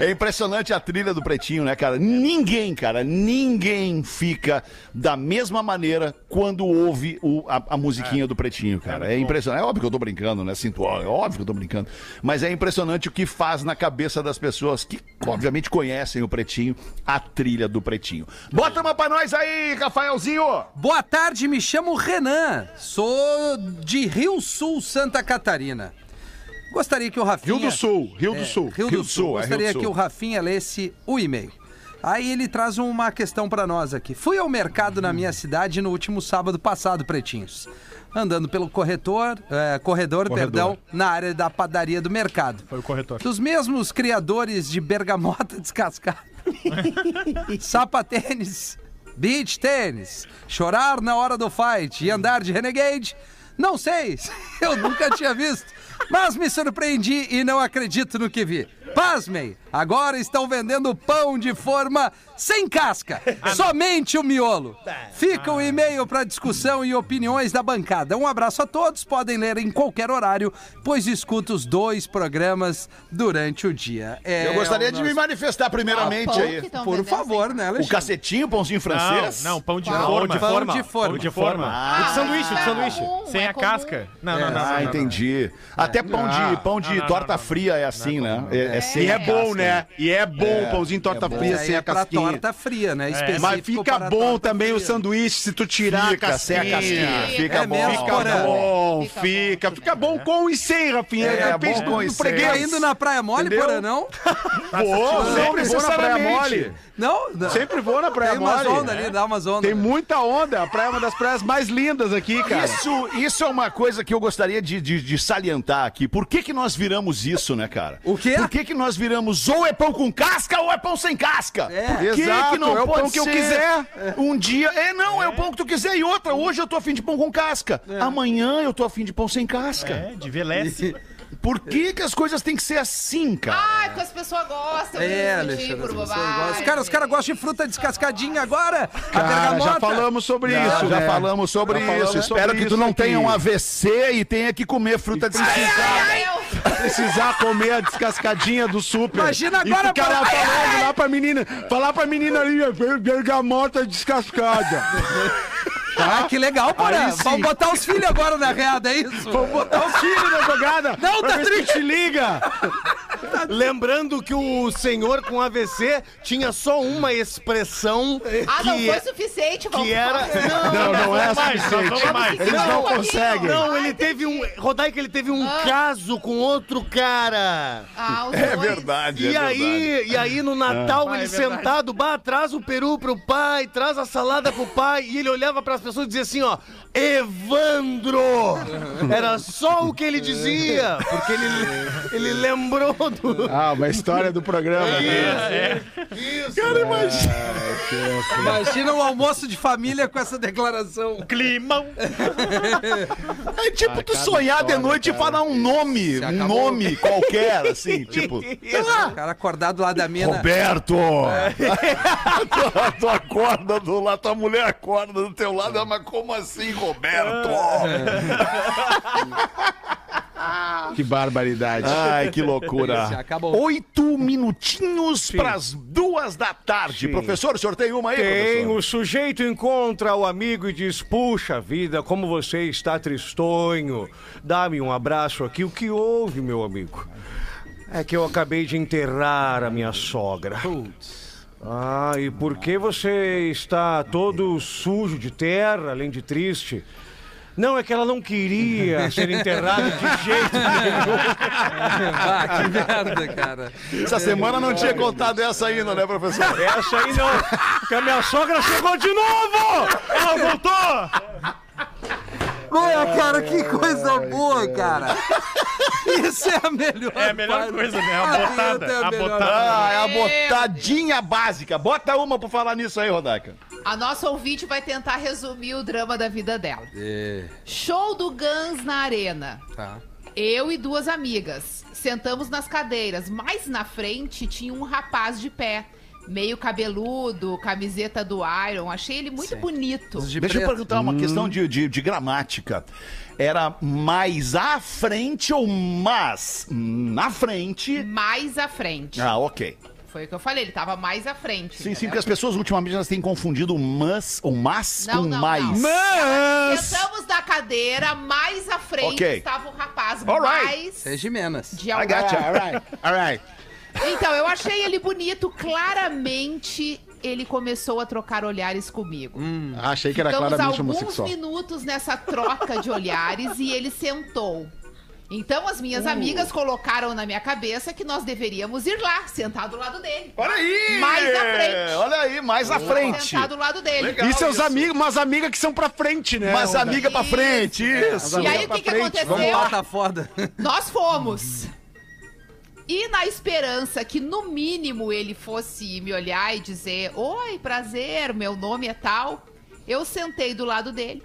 [SPEAKER 2] É impressionante a trilha do Pretinho, né, cara? Ninguém, cara, ninguém fica da mesma maneira quando ouve o- a, a musiquinha do Pretinho, cara. É impressionante. É óbvio que eu tô brincando, né? Sinto, ó, é óbvio que eu tô brincando. Mas é impressionante o que faz na cabeça das pessoas que, obviamente, conhecem o Pretinho, a trilha do Pretinho. Bota uma pra nós aí, Rafaelzinho!
[SPEAKER 4] Boa tarde, me chamo Renan. Sou de Rio Sul, Santa Catarina. Gostaria que o Rafinha... É,
[SPEAKER 3] Rio do Sul, É, Rio do Sul.
[SPEAKER 4] Rio, do Sul.
[SPEAKER 2] é
[SPEAKER 4] Gostaria que o Rafinha lesse o e-mail. Aí ele traz uma questão pra nós aqui. Fui ao mercado na minha cidade no último sábado passado, pretinhos. Andando pelo corretor, eh, corredor, perdão, na área da padaria do mercado.
[SPEAKER 7] Foi o corretor.
[SPEAKER 4] Dos mesmos criadores de bergamota [LAUGHS] descascada, sapatênis, beach tênis, chorar na hora do fight e andar de renegade, não sei, [LAUGHS] eu nunca tinha visto, mas me surpreendi e não acredito no que vi. Pasmem, agora estão vendendo pão de forma sem casca, somente o miolo. Fica o e-mail para discussão e opiniões da bancada. Um abraço a todos, podem ler em qualquer horário, pois escuto os dois programas durante o dia. É,
[SPEAKER 2] Eu gostaria
[SPEAKER 4] o
[SPEAKER 2] de me Então,
[SPEAKER 4] nosso-
[SPEAKER 2] manifestar
[SPEAKER 6] Ah,
[SPEAKER 2] primeiramente
[SPEAKER 5] Pão que
[SPEAKER 2] aí.
[SPEAKER 5] tão
[SPEAKER 4] Por
[SPEAKER 5] vendendo
[SPEAKER 4] favor,
[SPEAKER 5] sem-
[SPEAKER 4] né,
[SPEAKER 2] O
[SPEAKER 4] Alexandre?
[SPEAKER 2] cacetinho, pãozinho francês?
[SPEAKER 7] Não, não, pão de
[SPEAKER 5] Pão
[SPEAKER 7] forma.
[SPEAKER 4] de forma.
[SPEAKER 7] Pão de forma.
[SPEAKER 5] Ah,
[SPEAKER 11] de sanduíche, de
[SPEAKER 5] é
[SPEAKER 11] sanduíche.
[SPEAKER 5] comum,
[SPEAKER 7] Sem
[SPEAKER 5] é
[SPEAKER 7] a
[SPEAKER 5] comum.
[SPEAKER 7] casca. Não, não, não. não,
[SPEAKER 2] Ah,
[SPEAKER 7] não, não.
[SPEAKER 2] entendi. Até pão de, pão de
[SPEAKER 7] Não, não,
[SPEAKER 2] torta
[SPEAKER 7] não, não.
[SPEAKER 2] fria é assim, né? É, é sem
[SPEAKER 3] E é
[SPEAKER 2] a
[SPEAKER 3] bom,
[SPEAKER 2] casca,
[SPEAKER 3] né? E é bom, pãozinho torta fria
[SPEAKER 4] Mas aí
[SPEAKER 3] sem
[SPEAKER 4] é
[SPEAKER 3] a
[SPEAKER 2] assim.
[SPEAKER 4] pra
[SPEAKER 3] casquinha. É.
[SPEAKER 4] torta fria, né? Específico
[SPEAKER 3] Mas fica
[SPEAKER 4] para
[SPEAKER 3] bom
[SPEAKER 4] torta
[SPEAKER 3] também o
[SPEAKER 4] fria.
[SPEAKER 3] sanduíche se tu tirar a
[SPEAKER 2] tá Fica, sem a
[SPEAKER 3] casquinha.
[SPEAKER 2] casquinha. Fica
[SPEAKER 4] É
[SPEAKER 2] bom.
[SPEAKER 4] mesmo,
[SPEAKER 2] Fica
[SPEAKER 4] Porã?
[SPEAKER 2] bom.
[SPEAKER 3] Bom, fica. Fica bom com e sem, Rafinha.
[SPEAKER 2] É,
[SPEAKER 3] Depende
[SPEAKER 2] bom com
[SPEAKER 3] do
[SPEAKER 2] e sem.
[SPEAKER 3] freguês.
[SPEAKER 4] Tá indo na praia mole,
[SPEAKER 3] Entendeu?
[SPEAKER 4] porra, não?
[SPEAKER 7] Tá
[SPEAKER 3] Pô,
[SPEAKER 2] Sempre
[SPEAKER 3] sempre vou na praia
[SPEAKER 2] necessariamente.
[SPEAKER 3] mole.
[SPEAKER 4] Não? não.
[SPEAKER 3] Sempre vou na praia
[SPEAKER 4] Tem umas
[SPEAKER 3] mole.
[SPEAKER 4] ondas ali, dá umas ondas.
[SPEAKER 3] Tem muita onda. A praia é uma das praias mais lindas aqui, cara.
[SPEAKER 2] Isso, isso é uma coisa que eu gostaria de, de- de salientar aqui. Por que, que nós viramos isso, né, cara?
[SPEAKER 4] O quê?
[SPEAKER 2] Por que, que nós viramos ou é pão com casca ou é pão sem casca?
[SPEAKER 4] É.
[SPEAKER 2] Por que
[SPEAKER 3] Exato,
[SPEAKER 2] que não
[SPEAKER 3] é o
[SPEAKER 2] pode
[SPEAKER 3] pão que eu
[SPEAKER 2] ser
[SPEAKER 3] quiser.
[SPEAKER 2] Um dia. É, não, é. o pão que tu quiser. E outra, hoje eu tô afim de pão com casca.
[SPEAKER 3] É.
[SPEAKER 2] Amanhã eu tô afim de pão sem casca.
[SPEAKER 7] É, de velece. [LAUGHS]
[SPEAKER 2] Por que, que as coisas têm que ser assim, cara?
[SPEAKER 5] Ah, porque as pessoas gostam de
[SPEAKER 4] É,
[SPEAKER 5] discutir
[SPEAKER 4] Alexandre.
[SPEAKER 5] por
[SPEAKER 4] as pessoas
[SPEAKER 5] bobagem.
[SPEAKER 4] gostam. Os caras os caras gostam de fruta descascadinha agora. a
[SPEAKER 3] Cara,
[SPEAKER 4] bergamota.
[SPEAKER 3] Ah, já falamos sobre
[SPEAKER 2] Não,
[SPEAKER 3] isso.
[SPEAKER 2] já
[SPEAKER 3] né?
[SPEAKER 2] falamos sobre
[SPEAKER 3] Já falamos
[SPEAKER 2] isso.
[SPEAKER 3] sobre
[SPEAKER 2] Espero que tu
[SPEAKER 3] isso
[SPEAKER 2] não
[SPEAKER 3] aqui.
[SPEAKER 2] tenha um AVC e tenha que comer fruta de
[SPEAKER 5] Ai, eu-
[SPEAKER 3] precisar comer a descascadinha do super.
[SPEAKER 4] Imagina agora,
[SPEAKER 3] e o cara
[SPEAKER 4] papai.
[SPEAKER 3] falando lá pra menina, falar pra menina ali, "Ver- bergamota descascada.
[SPEAKER 4] Ah, que legal, porra.
[SPEAKER 3] Aí sim.
[SPEAKER 4] Vamos botar os filhos agora na reada, é isso?
[SPEAKER 3] Vou botar o filho na jogada.
[SPEAKER 4] Não,
[SPEAKER 3] pra
[SPEAKER 4] tá
[SPEAKER 3] ver se
[SPEAKER 4] triste.
[SPEAKER 3] te liga.
[SPEAKER 6] Lembrando que o senhor com AVC tinha só uma expressão
[SPEAKER 5] Ah, não
[SPEAKER 6] que,
[SPEAKER 4] é-
[SPEAKER 5] foi suficiente, vamos
[SPEAKER 6] que era... Não,
[SPEAKER 3] Não, não é
[SPEAKER 7] mais, não
[SPEAKER 3] suficiente.
[SPEAKER 7] vamos mais.
[SPEAKER 3] Eles
[SPEAKER 5] Não,
[SPEAKER 3] não
[SPEAKER 5] um pouquinho.
[SPEAKER 3] conseguem.
[SPEAKER 6] Não, ele teve um. Rodaica, ele teve um caso com outro cara.
[SPEAKER 5] Ah, os é verdade. Ah.
[SPEAKER 6] e aí, e aí no Natal ele sentado, bah, traz o peru pro pai, traz a salada pro pai, e ele olhava pras pessoas e dizia assim, ó, Evandro! Era só o que ele dizia, porque ele, ele lembrou do
[SPEAKER 3] Ah, uma história do programa.
[SPEAKER 2] É,
[SPEAKER 4] Imagina um almoço de família com essa declaração.
[SPEAKER 7] Climão. Ah,
[SPEAKER 2] É tipo tu sonhar de noite e falar um nome, um
[SPEAKER 4] acabou.
[SPEAKER 2] nome qualquer,
[SPEAKER 3] [LAUGHS]
[SPEAKER 2] assim, tipo, sei
[SPEAKER 4] O
[SPEAKER 2] lá,
[SPEAKER 4] cara acordado lá da mina.
[SPEAKER 2] Roberto! É. [LAUGHS] tu, tu acorda do lado, tua mulher acorda do teu lado, ela, mas como assim, Roberto?
[SPEAKER 3] Que barbaridade.
[SPEAKER 2] Ai, que loucura.
[SPEAKER 4] Isso, acabou.
[SPEAKER 2] Oito minutinhos pras duas Duas da tarde. Professor, o senhor tem uma aí,
[SPEAKER 6] Tem,
[SPEAKER 2] professor?
[SPEAKER 6] o sujeito encontra o amigo e diz: Puxa vida, como você está tristonho. Dá-me um abraço aqui. O que houve, meu amigo? É que eu acabei de enterrar a minha sogra. Ah, e por que você está todo sujo de terra, além de triste? Não, é que ela não queria ser enterrada de jeito
[SPEAKER 4] Ah, que merda, cara.
[SPEAKER 2] Essa semana não
[SPEAKER 3] É.
[SPEAKER 2] tinha contado essa ainda, né, professor?
[SPEAKER 6] Essa aí não, porque a minha sogra chegou de novo! Ela voltou!
[SPEAKER 4] Olha, cara, que coisa boa, cara. Isso é a melhor
[SPEAKER 7] É a melhor
[SPEAKER 4] parte.
[SPEAKER 7] coisa, né? A botada,
[SPEAKER 4] Puta, é
[SPEAKER 7] a
[SPEAKER 4] melhor
[SPEAKER 7] botada.
[SPEAKER 2] Ah, é a botadinha básica. Bota uma pra falar nisso aí, Rodaica.
[SPEAKER 5] A nossa ouvinte vai tentar resumir o drama da vida dela.
[SPEAKER 4] É.
[SPEAKER 5] Show do Guns na arena.
[SPEAKER 4] Tá.
[SPEAKER 5] Eu e duas amigas. Sentamos nas cadeiras. Mais na frente tinha um rapaz de pé. Meio cabeludo, camiseta do Iron. Achei ele muito bonito.
[SPEAKER 4] De
[SPEAKER 2] Deixa eu
[SPEAKER 4] preto.
[SPEAKER 2] perguntar uma questão de, de, de gramática. Era mais à frente ou mais na frente?
[SPEAKER 5] Mais à frente.
[SPEAKER 2] Ah, ok.
[SPEAKER 5] Foi o que eu falei, ele tava mais à frente.
[SPEAKER 2] Sim, sim, porque
[SPEAKER 5] entendeu?
[SPEAKER 2] as pessoas ultimamente elas têm confundido o mas, o mas
[SPEAKER 5] Não,
[SPEAKER 2] com
[SPEAKER 5] não,
[SPEAKER 2] mais.
[SPEAKER 5] não. Sentamos na cadeira, mais à frente
[SPEAKER 2] Ok.
[SPEAKER 5] estava o rapaz
[SPEAKER 2] All right.
[SPEAKER 5] mais
[SPEAKER 4] É Jimenas.
[SPEAKER 5] de
[SPEAKER 2] I gotcha,
[SPEAKER 5] algodão.
[SPEAKER 2] alright, alright.
[SPEAKER 5] Então, eu achei ele bonito, claramente ele começou a trocar olhares comigo.
[SPEAKER 2] Achei que era
[SPEAKER 5] Ficamos
[SPEAKER 2] Hum, é claramente
[SPEAKER 5] alguns
[SPEAKER 2] homossexual.
[SPEAKER 5] minutos nessa troca de olhares e ele sentou. Então as
[SPEAKER 2] Uh.
[SPEAKER 5] minhas amigas colocaram na minha cabeça que nós deveríamos ir lá, sentar do lado dele.
[SPEAKER 2] Olha aí!
[SPEAKER 5] Mais à frente.
[SPEAKER 2] Olha aí, mais à frente.
[SPEAKER 5] Sentar do lado dele.
[SPEAKER 2] Legal.
[SPEAKER 9] E seus amigos, umas amigas que são pra frente, né?
[SPEAKER 2] Mas amiga pra frente, isso.
[SPEAKER 5] E aí o que, que
[SPEAKER 4] Vamos
[SPEAKER 5] aconteceu?
[SPEAKER 4] lá, tá foda.
[SPEAKER 5] Nós fomos. E na esperança que no mínimo ele fosse me olhar e dizer: Oi, prazer, meu nome é tal. Eu sentei do lado dele.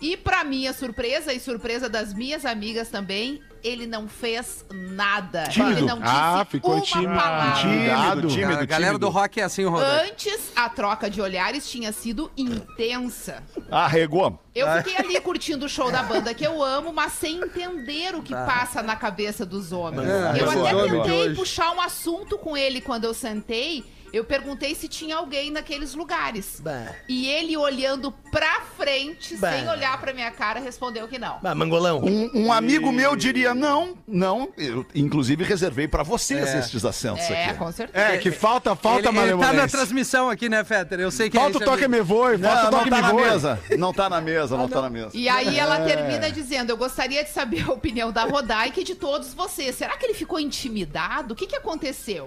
[SPEAKER 5] E pra minha surpresa e surpresa das minhas amigas também, ele não fez nada. Ele
[SPEAKER 2] Tímido.
[SPEAKER 5] não disse
[SPEAKER 9] Ah, ficou
[SPEAKER 5] uma
[SPEAKER 9] tímido.
[SPEAKER 5] palavra.
[SPEAKER 2] Tímido,
[SPEAKER 4] Cara, a
[SPEAKER 2] tímido,
[SPEAKER 4] galera do
[SPEAKER 2] tímido.
[SPEAKER 4] rock é assim, Rodaica.
[SPEAKER 5] Antes, a troca de olhares tinha sido intensa.
[SPEAKER 2] Ah, Arregou.
[SPEAKER 5] Eu fiquei ali curtindo o show da banda que eu amo, mas sem entender o que passa na cabeça dos homens.
[SPEAKER 4] É,
[SPEAKER 5] eu
[SPEAKER 4] mas
[SPEAKER 5] até
[SPEAKER 4] o homem de
[SPEAKER 5] tentei
[SPEAKER 4] hoje.
[SPEAKER 5] puxar um assunto com ele quando eu sentei. Eu perguntei se tinha alguém naqueles lugares. E ele olhando pra frente, sem olhar pra minha cara, respondeu que não.
[SPEAKER 9] Ah, mangolão.
[SPEAKER 2] Um, um amigo meu diria: não, não. Eu, inclusive, reservei pra vocês estes assentos
[SPEAKER 5] É,
[SPEAKER 2] aqui.
[SPEAKER 5] com certeza.
[SPEAKER 9] É, que falta, falta,
[SPEAKER 4] Ele, ele tá na
[SPEAKER 9] Malemolense.
[SPEAKER 4] transmissão aqui, né, Fetter? Eu sei que
[SPEAKER 9] Falta
[SPEAKER 4] é
[SPEAKER 9] o
[SPEAKER 4] isso,
[SPEAKER 9] toque
[SPEAKER 4] amigo.
[SPEAKER 9] me voe, falta
[SPEAKER 2] Não,
[SPEAKER 9] o
[SPEAKER 2] não
[SPEAKER 9] toque
[SPEAKER 2] tá
[SPEAKER 9] me
[SPEAKER 2] na
[SPEAKER 9] voe.
[SPEAKER 2] mesa. Não tá na mesa, não tá na mesa.
[SPEAKER 5] E aí ela termina dizendo: Eu gostaria de saber a opinião da Rodaica e de todos vocês. Será que ele ficou intimidado? O que, que aconteceu?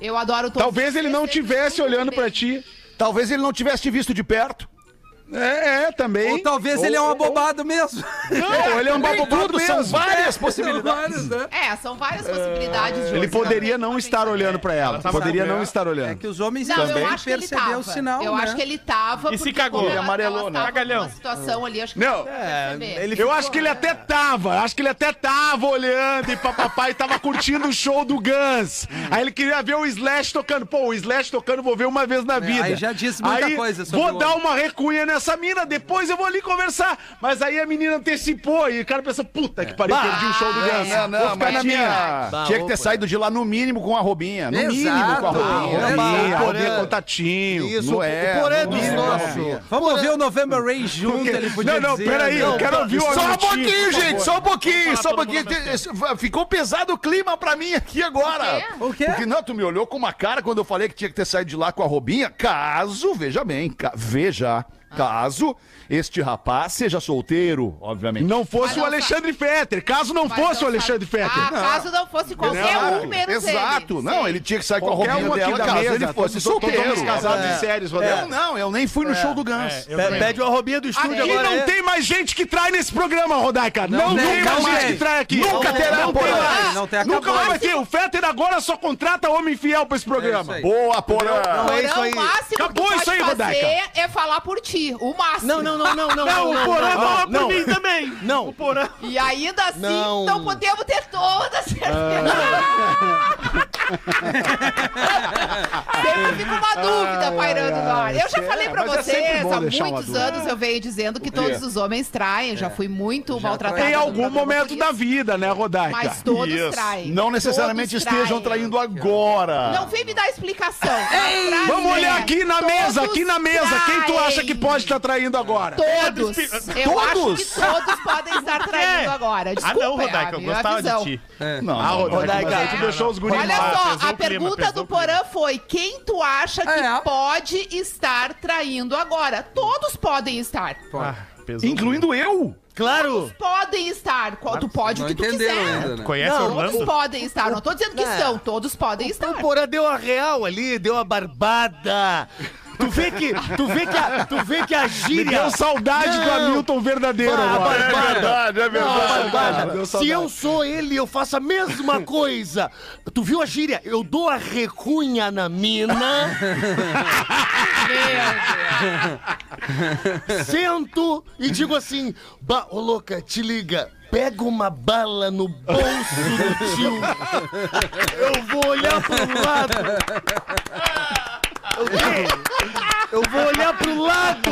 [SPEAKER 5] Eu adoro todos
[SPEAKER 3] Talvez ele
[SPEAKER 5] vocês,
[SPEAKER 3] não
[SPEAKER 5] sempre
[SPEAKER 3] tivesse
[SPEAKER 5] é muito
[SPEAKER 3] olhando
[SPEAKER 5] bem.
[SPEAKER 3] pra ti.
[SPEAKER 2] Talvez ele não tivesse te visto de perto.
[SPEAKER 3] É, é, também.
[SPEAKER 4] Ou talvez ele é um abobado mesmo.
[SPEAKER 3] Não, ele é um babobado
[SPEAKER 2] Tudo são
[SPEAKER 3] mesmo.
[SPEAKER 2] várias possibilidades.
[SPEAKER 4] [LAUGHS] Vários, né?
[SPEAKER 5] É, são várias possibilidades. de
[SPEAKER 9] Ele
[SPEAKER 5] você
[SPEAKER 9] poderia
[SPEAKER 5] também.
[SPEAKER 9] não estar olhando pra ela.
[SPEAKER 7] tava
[SPEAKER 9] Poderia
[SPEAKER 7] na-
[SPEAKER 9] não estar
[SPEAKER 4] É
[SPEAKER 9] olhando.
[SPEAKER 4] que os homens
[SPEAKER 5] Não,
[SPEAKER 4] também
[SPEAKER 5] eu acho que ele
[SPEAKER 4] perceberam
[SPEAKER 5] tava.
[SPEAKER 4] o sinal,
[SPEAKER 5] eu
[SPEAKER 4] né?
[SPEAKER 5] acho que ele tava.
[SPEAKER 7] E se
[SPEAKER 5] porque
[SPEAKER 7] cagou.
[SPEAKER 5] como
[SPEAKER 7] Ele
[SPEAKER 5] elas-
[SPEAKER 2] amarelou, né?
[SPEAKER 5] elas estavam
[SPEAKER 7] Cagalhão.
[SPEAKER 5] numa situação ali, acho que
[SPEAKER 3] Não,
[SPEAKER 5] ele...
[SPEAKER 9] Eu acho que ele é até tava, acho que ele até tava olhando e papapai tava curtindo o show do Guns. Aí ele queria ver o Slash tocando. Pô, o Slash tocando vou ver uma vez na vida.
[SPEAKER 4] É, aí já disse muita coisa sobre
[SPEAKER 9] Vou
[SPEAKER 4] o
[SPEAKER 9] dar
[SPEAKER 4] homem.
[SPEAKER 9] uma recunha nessa mina, depois eu vou ali conversar. Mas aí a menina antecipou e o cara pensa, puta que pariu, perdi o show do Guns.
[SPEAKER 2] Não, não,
[SPEAKER 9] vou ficar
[SPEAKER 2] mas
[SPEAKER 9] na minha.
[SPEAKER 2] tinha, tinha que ter saído de lá no mínimo com a robinha. No
[SPEAKER 4] Exato.
[SPEAKER 2] mínimo com a
[SPEAKER 4] Ah,
[SPEAKER 2] robinha.
[SPEAKER 9] Ih,
[SPEAKER 4] Porã.
[SPEAKER 9] poder contatinho.
[SPEAKER 2] Não é,
[SPEAKER 3] Tá
[SPEAKER 9] o Porã
[SPEAKER 2] não
[SPEAKER 9] dos
[SPEAKER 2] é.
[SPEAKER 9] nossos.
[SPEAKER 4] Vamos ver o November Rain junto, ele podia
[SPEAKER 9] Não, não,
[SPEAKER 4] dizer,
[SPEAKER 9] peraí,
[SPEAKER 4] né?
[SPEAKER 9] eu quero ouvir o
[SPEAKER 2] Só um
[SPEAKER 9] Agostinho,
[SPEAKER 2] pouquinho,
[SPEAKER 9] por favor.
[SPEAKER 2] gente, só um pouquinho, só um
[SPEAKER 7] todo mundo
[SPEAKER 2] pouquinho.
[SPEAKER 7] ao mesmo
[SPEAKER 2] Te- te- Ficou pesado o clima pra mim aqui agora.
[SPEAKER 4] O quê?
[SPEAKER 2] Porque não, tu me olhou com uma cara quando eu falei que tinha que ter saído de lá com a Robinha. Caso, veja bem, ca- veja,
[SPEAKER 5] Ah.
[SPEAKER 2] caso este rapaz seja solteiro, obviamente.
[SPEAKER 9] Não fosse
[SPEAKER 5] Mas não
[SPEAKER 9] o Alexandre Fetter. Caso não
[SPEAKER 5] Mas
[SPEAKER 9] fosse
[SPEAKER 5] não
[SPEAKER 9] o Alexandre
[SPEAKER 5] sabe-
[SPEAKER 9] Fetter.
[SPEAKER 5] Ah, caso não fosse qualquer um menos ele.
[SPEAKER 2] Exato, não,
[SPEAKER 5] Sim.
[SPEAKER 2] ele tinha que sair com a
[SPEAKER 9] Qualquer
[SPEAKER 2] Robinha
[SPEAKER 9] um aqui
[SPEAKER 2] dela
[SPEAKER 9] da
[SPEAKER 2] caso
[SPEAKER 9] mesa,
[SPEAKER 2] ele fosse
[SPEAKER 9] todos- todos
[SPEAKER 2] solteiro. É um
[SPEAKER 9] somos casados
[SPEAKER 5] É.
[SPEAKER 9] e sérios, Rodrigo.
[SPEAKER 2] Eu não, eu nem
[SPEAKER 4] É,
[SPEAKER 2] fui no show do Gans.
[SPEAKER 7] é, eu
[SPEAKER 6] Pe-
[SPEAKER 7] também.
[SPEAKER 6] Pede uma robinha do estúdio
[SPEAKER 9] Aqui
[SPEAKER 6] agora.
[SPEAKER 9] não
[SPEAKER 6] é.
[SPEAKER 9] tem mais gente que trai nesse programa, Rodaica. Não,
[SPEAKER 4] não
[SPEAKER 9] tem
[SPEAKER 4] tem,
[SPEAKER 9] mais
[SPEAKER 4] não
[SPEAKER 9] gente
[SPEAKER 4] tem.
[SPEAKER 9] que trai aqui.
[SPEAKER 2] Nunca
[SPEAKER 9] Não,
[SPEAKER 2] terá,
[SPEAKER 9] não tem
[SPEAKER 2] Porã.
[SPEAKER 9] mais.
[SPEAKER 4] Não tem, acabou.
[SPEAKER 9] Nunca mais vai ter. O Fetter agora só contrata homem fiel pra esse programa.
[SPEAKER 4] É isso aí.
[SPEAKER 2] Boa, Porã.
[SPEAKER 5] Porã,
[SPEAKER 9] é isso aí.
[SPEAKER 5] O máximo
[SPEAKER 9] Acabou
[SPEAKER 5] que
[SPEAKER 9] isso aí,
[SPEAKER 5] pode fazer
[SPEAKER 9] Rodaica.
[SPEAKER 5] é falar por ti. O máximo.
[SPEAKER 6] Não, não, não, não, não.
[SPEAKER 9] Não, o Porã fala por mim
[SPEAKER 6] também. Não. O Porã.
[SPEAKER 5] E ainda assim,
[SPEAKER 6] Não.
[SPEAKER 3] Ah.
[SPEAKER 5] [LAUGHS] não, podemos ter toda a certeza. Sempre fica uma dúvida pairando no ar. Eu já falei pra
[SPEAKER 3] mas é sempre
[SPEAKER 5] vocês,
[SPEAKER 3] bom
[SPEAKER 5] há
[SPEAKER 3] deixar uma
[SPEAKER 5] muitos
[SPEAKER 3] dúvida. É.
[SPEAKER 5] anos eu venho dizendo que todos os homens traem. Já fui muito maltratada.
[SPEAKER 3] Em
[SPEAKER 5] no
[SPEAKER 3] algum
[SPEAKER 5] programa por
[SPEAKER 3] momento da
[SPEAKER 5] isso.
[SPEAKER 3] vida, né, Rodaica?
[SPEAKER 5] Mas todos
[SPEAKER 2] Isso.
[SPEAKER 5] traem.
[SPEAKER 2] Não necessariamente
[SPEAKER 5] Todos
[SPEAKER 2] estejam
[SPEAKER 5] traem.
[SPEAKER 2] traindo agora.
[SPEAKER 5] Não vem me dar explicação. Atrás,
[SPEAKER 3] Vamos olhar
[SPEAKER 5] né?
[SPEAKER 3] aqui na mesa,
[SPEAKER 5] Todos
[SPEAKER 3] aqui na mesa. Quem tu acha que
[SPEAKER 5] traem.
[SPEAKER 3] pode estar traindo
[SPEAKER 7] tá
[SPEAKER 3] agora?
[SPEAKER 5] Todos. Eu
[SPEAKER 3] Todos?
[SPEAKER 5] acho que todos podem
[SPEAKER 7] [LAUGHS]
[SPEAKER 5] estar traindo agora.
[SPEAKER 7] É. Ah,
[SPEAKER 5] Desculpa,
[SPEAKER 7] não, Rodaica,
[SPEAKER 5] é a
[SPEAKER 7] eu
[SPEAKER 5] minha
[SPEAKER 7] gostava
[SPEAKER 5] visão.
[SPEAKER 7] de ti.
[SPEAKER 2] Não, ah,
[SPEAKER 9] Rodaica,
[SPEAKER 2] mas aí tu
[SPEAKER 5] é.
[SPEAKER 2] deixou os guris
[SPEAKER 5] Olha
[SPEAKER 2] lá.
[SPEAKER 5] só,
[SPEAKER 7] pesou
[SPEAKER 5] a
[SPEAKER 7] o clima,
[SPEAKER 5] pergunta
[SPEAKER 7] pesou
[SPEAKER 5] do
[SPEAKER 7] o clima.
[SPEAKER 5] Porã foi: quem tu acha que
[SPEAKER 4] É.
[SPEAKER 5] pode estar traindo agora? Todos podem estar.
[SPEAKER 7] Ah, pesou.
[SPEAKER 2] Incluindo eu.
[SPEAKER 9] Claro!
[SPEAKER 5] Podem estar. Qual- Tu pode o
[SPEAKER 4] Não
[SPEAKER 5] que tu
[SPEAKER 4] entenderam
[SPEAKER 5] quiser.
[SPEAKER 4] ainda, né? É.
[SPEAKER 7] Conhece
[SPEAKER 9] Não,
[SPEAKER 5] Todos
[SPEAKER 7] Orlando?
[SPEAKER 5] podem estar. Não tô dizendo que são, todos podem estar.
[SPEAKER 9] O Porã deu a real ali, deu a barbada. Tu vê que, tu vê que, a, tu vê que a
[SPEAKER 3] Me
[SPEAKER 9] gíria...
[SPEAKER 3] deu saudade do
[SPEAKER 9] Não.
[SPEAKER 3] Hamilton verdadeiro
[SPEAKER 9] Ah,
[SPEAKER 3] agora.
[SPEAKER 9] mas-
[SPEAKER 2] É verdade, é
[SPEAKER 9] Não,
[SPEAKER 2] verdade.
[SPEAKER 9] barbada. Se eu sou ele, eu faço a mesma coisa. Tu viu a gíria? Eu dou a recunha na mina, sento e digo assim: "Bah, ô louca, te liga. Pega uma bala no bolso do tio. Eu vou olhar pro lado. Eu vou olhar pro lado.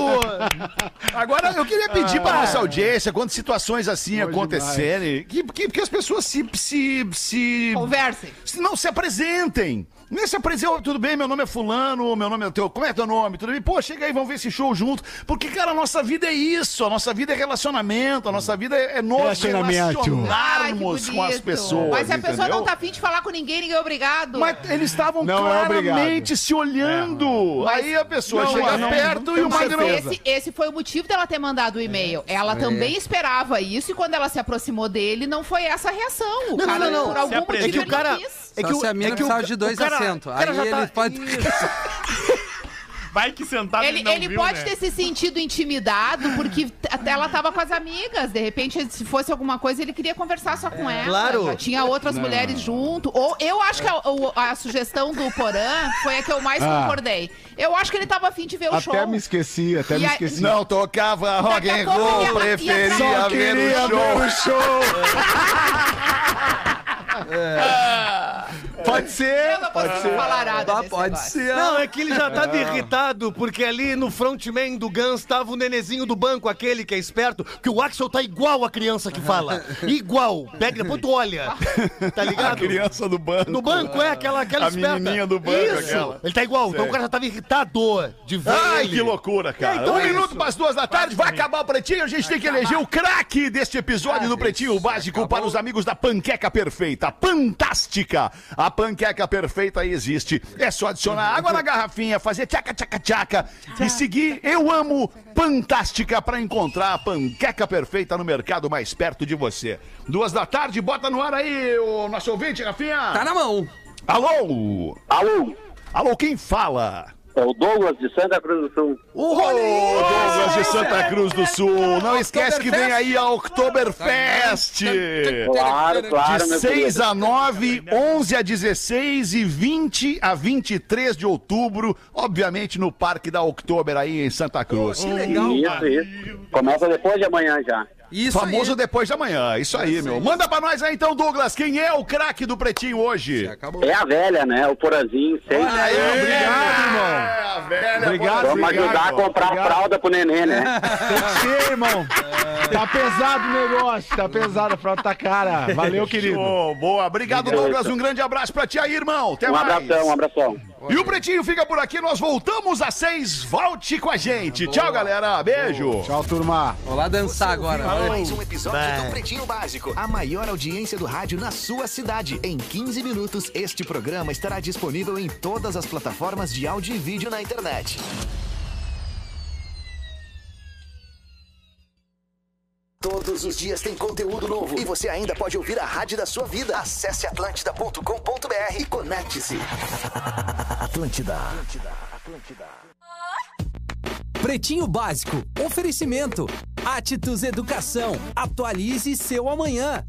[SPEAKER 2] Agora, eu queria pedir
[SPEAKER 3] Ah,
[SPEAKER 2] pra
[SPEAKER 3] é.
[SPEAKER 2] nossa audiência, quando situações assim acontecerem, que, que, que as pessoas se, se, se,
[SPEAKER 5] Conversem.
[SPEAKER 2] se não se apresentem. Nem se apresentam, tudo bem, meu nome é fulano, meu nome é teu, como é teu nome? Tudo bem? Pô, chega aí, vamos ver esse show junto. Porque, cara, a nossa vida é isso, a nossa vida é relacionamento, a nossa vida é é nós
[SPEAKER 3] Relacionamento.
[SPEAKER 5] Ai, que
[SPEAKER 2] relacionarmos com as
[SPEAKER 5] bonito.
[SPEAKER 2] pessoas,
[SPEAKER 5] Mas se a pessoa
[SPEAKER 2] entendeu?
[SPEAKER 5] não tá afim de falar com ninguém, ninguém é obrigado.
[SPEAKER 2] Mas eles estavam
[SPEAKER 3] Não é
[SPEAKER 2] claramente se olhando. Aí a pessoa
[SPEAKER 3] Não,
[SPEAKER 2] chega
[SPEAKER 3] não,
[SPEAKER 2] perto
[SPEAKER 3] não
[SPEAKER 2] e o
[SPEAKER 3] temos
[SPEAKER 2] Magno...
[SPEAKER 3] certeza.
[SPEAKER 5] Esse, esse foi o motivo dela ter mandado o e-mail.
[SPEAKER 9] É,
[SPEAKER 5] Ela também esperava isso e quando ela se aproximou dele, não foi essa a reação. O
[SPEAKER 9] Não,
[SPEAKER 5] cara,
[SPEAKER 9] não, não,
[SPEAKER 5] por
[SPEAKER 9] não.
[SPEAKER 5] algum
[SPEAKER 7] Se
[SPEAKER 5] motivo,
[SPEAKER 9] É
[SPEAKER 5] ele
[SPEAKER 9] que o cara.
[SPEAKER 5] não quis.
[SPEAKER 9] É
[SPEAKER 4] Só
[SPEAKER 9] que o,
[SPEAKER 4] se a mina
[SPEAKER 9] é que o-
[SPEAKER 4] precisava de
[SPEAKER 9] o
[SPEAKER 4] dois
[SPEAKER 9] cara-
[SPEAKER 4] assentos.
[SPEAKER 9] o cara
[SPEAKER 4] Aí
[SPEAKER 9] já
[SPEAKER 4] ele
[SPEAKER 9] tá-
[SPEAKER 4] pode-
[SPEAKER 9] Isso.
[SPEAKER 7] Vai que sentado
[SPEAKER 5] Ele,
[SPEAKER 7] ele não
[SPEAKER 5] ele
[SPEAKER 7] viu,
[SPEAKER 5] pode
[SPEAKER 7] né?
[SPEAKER 5] ter se sentido intimidado porque t- ela tava com as amigas. De repente, se fosse alguma coisa, ele queria conversar só com ela.
[SPEAKER 9] É, Claro.
[SPEAKER 5] Já tinha outras mulheres junto. Ou eu acho que a, o- a sugestão do Porã foi a que eu mais concordei. Eu acho que ele tava afim de ver o show.
[SPEAKER 3] Ah. Até me esqueci, até
[SPEAKER 5] E
[SPEAKER 3] me
[SPEAKER 5] aí-
[SPEAKER 3] esqueci.
[SPEAKER 2] Não tocava rock
[SPEAKER 5] Daqui a
[SPEAKER 2] and
[SPEAKER 5] pouco
[SPEAKER 2] roll,
[SPEAKER 5] ia- ia
[SPEAKER 2] preferia
[SPEAKER 5] pra-
[SPEAKER 2] ver o show. É.
[SPEAKER 3] Pode ser.
[SPEAKER 5] Eu não consigo falar nada.
[SPEAKER 4] Ah,
[SPEAKER 5] desse
[SPEAKER 4] pode
[SPEAKER 5] negócio.
[SPEAKER 4] ser.
[SPEAKER 9] Não, é que ele já tava irritado, porque ali no frontman do Guns tava o nenezinho do banco, aquele que é esperto, que o Axel tá igual a criança que
[SPEAKER 2] [LAUGHS]
[SPEAKER 9] fala. Igual. Pega, depois tu olha. Tá ligado?
[SPEAKER 2] Criança do banco.
[SPEAKER 9] No banco é aquela, aquela
[SPEAKER 2] A
[SPEAKER 9] esperta.
[SPEAKER 2] menininha do banco,
[SPEAKER 9] Isso.
[SPEAKER 2] aquela.
[SPEAKER 9] Ele tá igual. Então o cara já tava irritado de ver
[SPEAKER 2] Ai,
[SPEAKER 9] ele.
[SPEAKER 2] que loucura, cara. um minuto para as duas da tarde, vai acabar o Pretinho. A gente tem que eleger o craque deste episódio do Pretinho Básico para os amigos da Panqueca Perfeita. Fantástica! A Panqueca Perfeita aí existe. É só adicionar água na garrafinha, fazer tchaca, tchaca, tchaca e seguir Eu Amo Fantástica para encontrar a Panqueca Perfeita no mercado mais perto de você. Duas da tarde, bota no ar aí o nosso ouvinte, Rafinha.
[SPEAKER 4] Tá na mão.
[SPEAKER 2] Alô? Alô? Alô, quem fala?
[SPEAKER 12] É o Douglas de Santa Cruz do Sul.
[SPEAKER 2] Ô, Douglas de Santa Cruz do Sul, não esquece que vem aí a Oktoberfest.
[SPEAKER 12] Claro, claro,
[SPEAKER 2] De
[SPEAKER 12] meu
[SPEAKER 2] 6
[SPEAKER 12] querido.
[SPEAKER 2] a 9, 11 a 16 e 20 a 23 de outubro, obviamente no Parque da Oktober aí em Santa Cruz.
[SPEAKER 4] Legal.
[SPEAKER 12] Isso, isso. Começa depois de amanhã já.
[SPEAKER 4] Isso
[SPEAKER 2] Famoso
[SPEAKER 4] aí.
[SPEAKER 2] depois da manhã, isso aí, meu. Manda pra nós aí então, Douglas, quem é o craque do Pretinho hoje?
[SPEAKER 4] Acabou.
[SPEAKER 12] É a velha, né? O Porazinho sempre.
[SPEAKER 3] Obrigado, irmão.
[SPEAKER 2] É, a velha.
[SPEAKER 3] Ah, Obrigado,
[SPEAKER 12] Vamos ajudar a
[SPEAKER 3] obrigado.
[SPEAKER 12] comprar fralda pro neném,
[SPEAKER 3] [LAUGHS]
[SPEAKER 12] né?
[SPEAKER 3] Ei, irmão. Tá pesado o negócio, tá pesado. A frota tá cara. Valeu, querido.
[SPEAKER 2] Show, boa, obrigado,
[SPEAKER 12] Obrigado.
[SPEAKER 2] Douglas. Um grande abraço pra ti aí, irmão. Até
[SPEAKER 12] Um
[SPEAKER 2] mais.
[SPEAKER 12] abração, um abração.
[SPEAKER 2] E o Pretinho fica por aqui, nós voltamos às seis. Volte com a gente. Tchau, galera. Beijo.
[SPEAKER 3] Tchau, turma.
[SPEAKER 4] Vou lá dançar agora.
[SPEAKER 10] Mais um episódio do Pretinho Básico. A maior audiência do rádio na sua cidade. Em 15 minutos, este programa estará disponível em todas as plataformas de áudio e vídeo na internet. Todos os dias tem conteúdo novo e você ainda pode ouvir a rádio da sua vida. Acesse atlântida.com.br e conecte-se. Atlântida.
[SPEAKER 13] Pretinho Básico, oferecimento. Atitus Educação, atualize seu amanhã.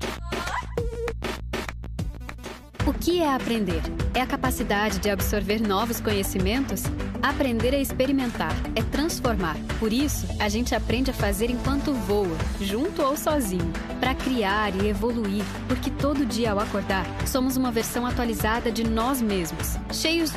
[SPEAKER 14] O O que é aprender? É a capacidade de absorver novos conhecimentos? Aprender é experimentar, é transformar. Por isso, a gente aprende a fazer enquanto voa, junto ou sozinho, para criar e evoluir, porque todo dia ao acordar, somos uma versão atualizada de nós mesmos, cheios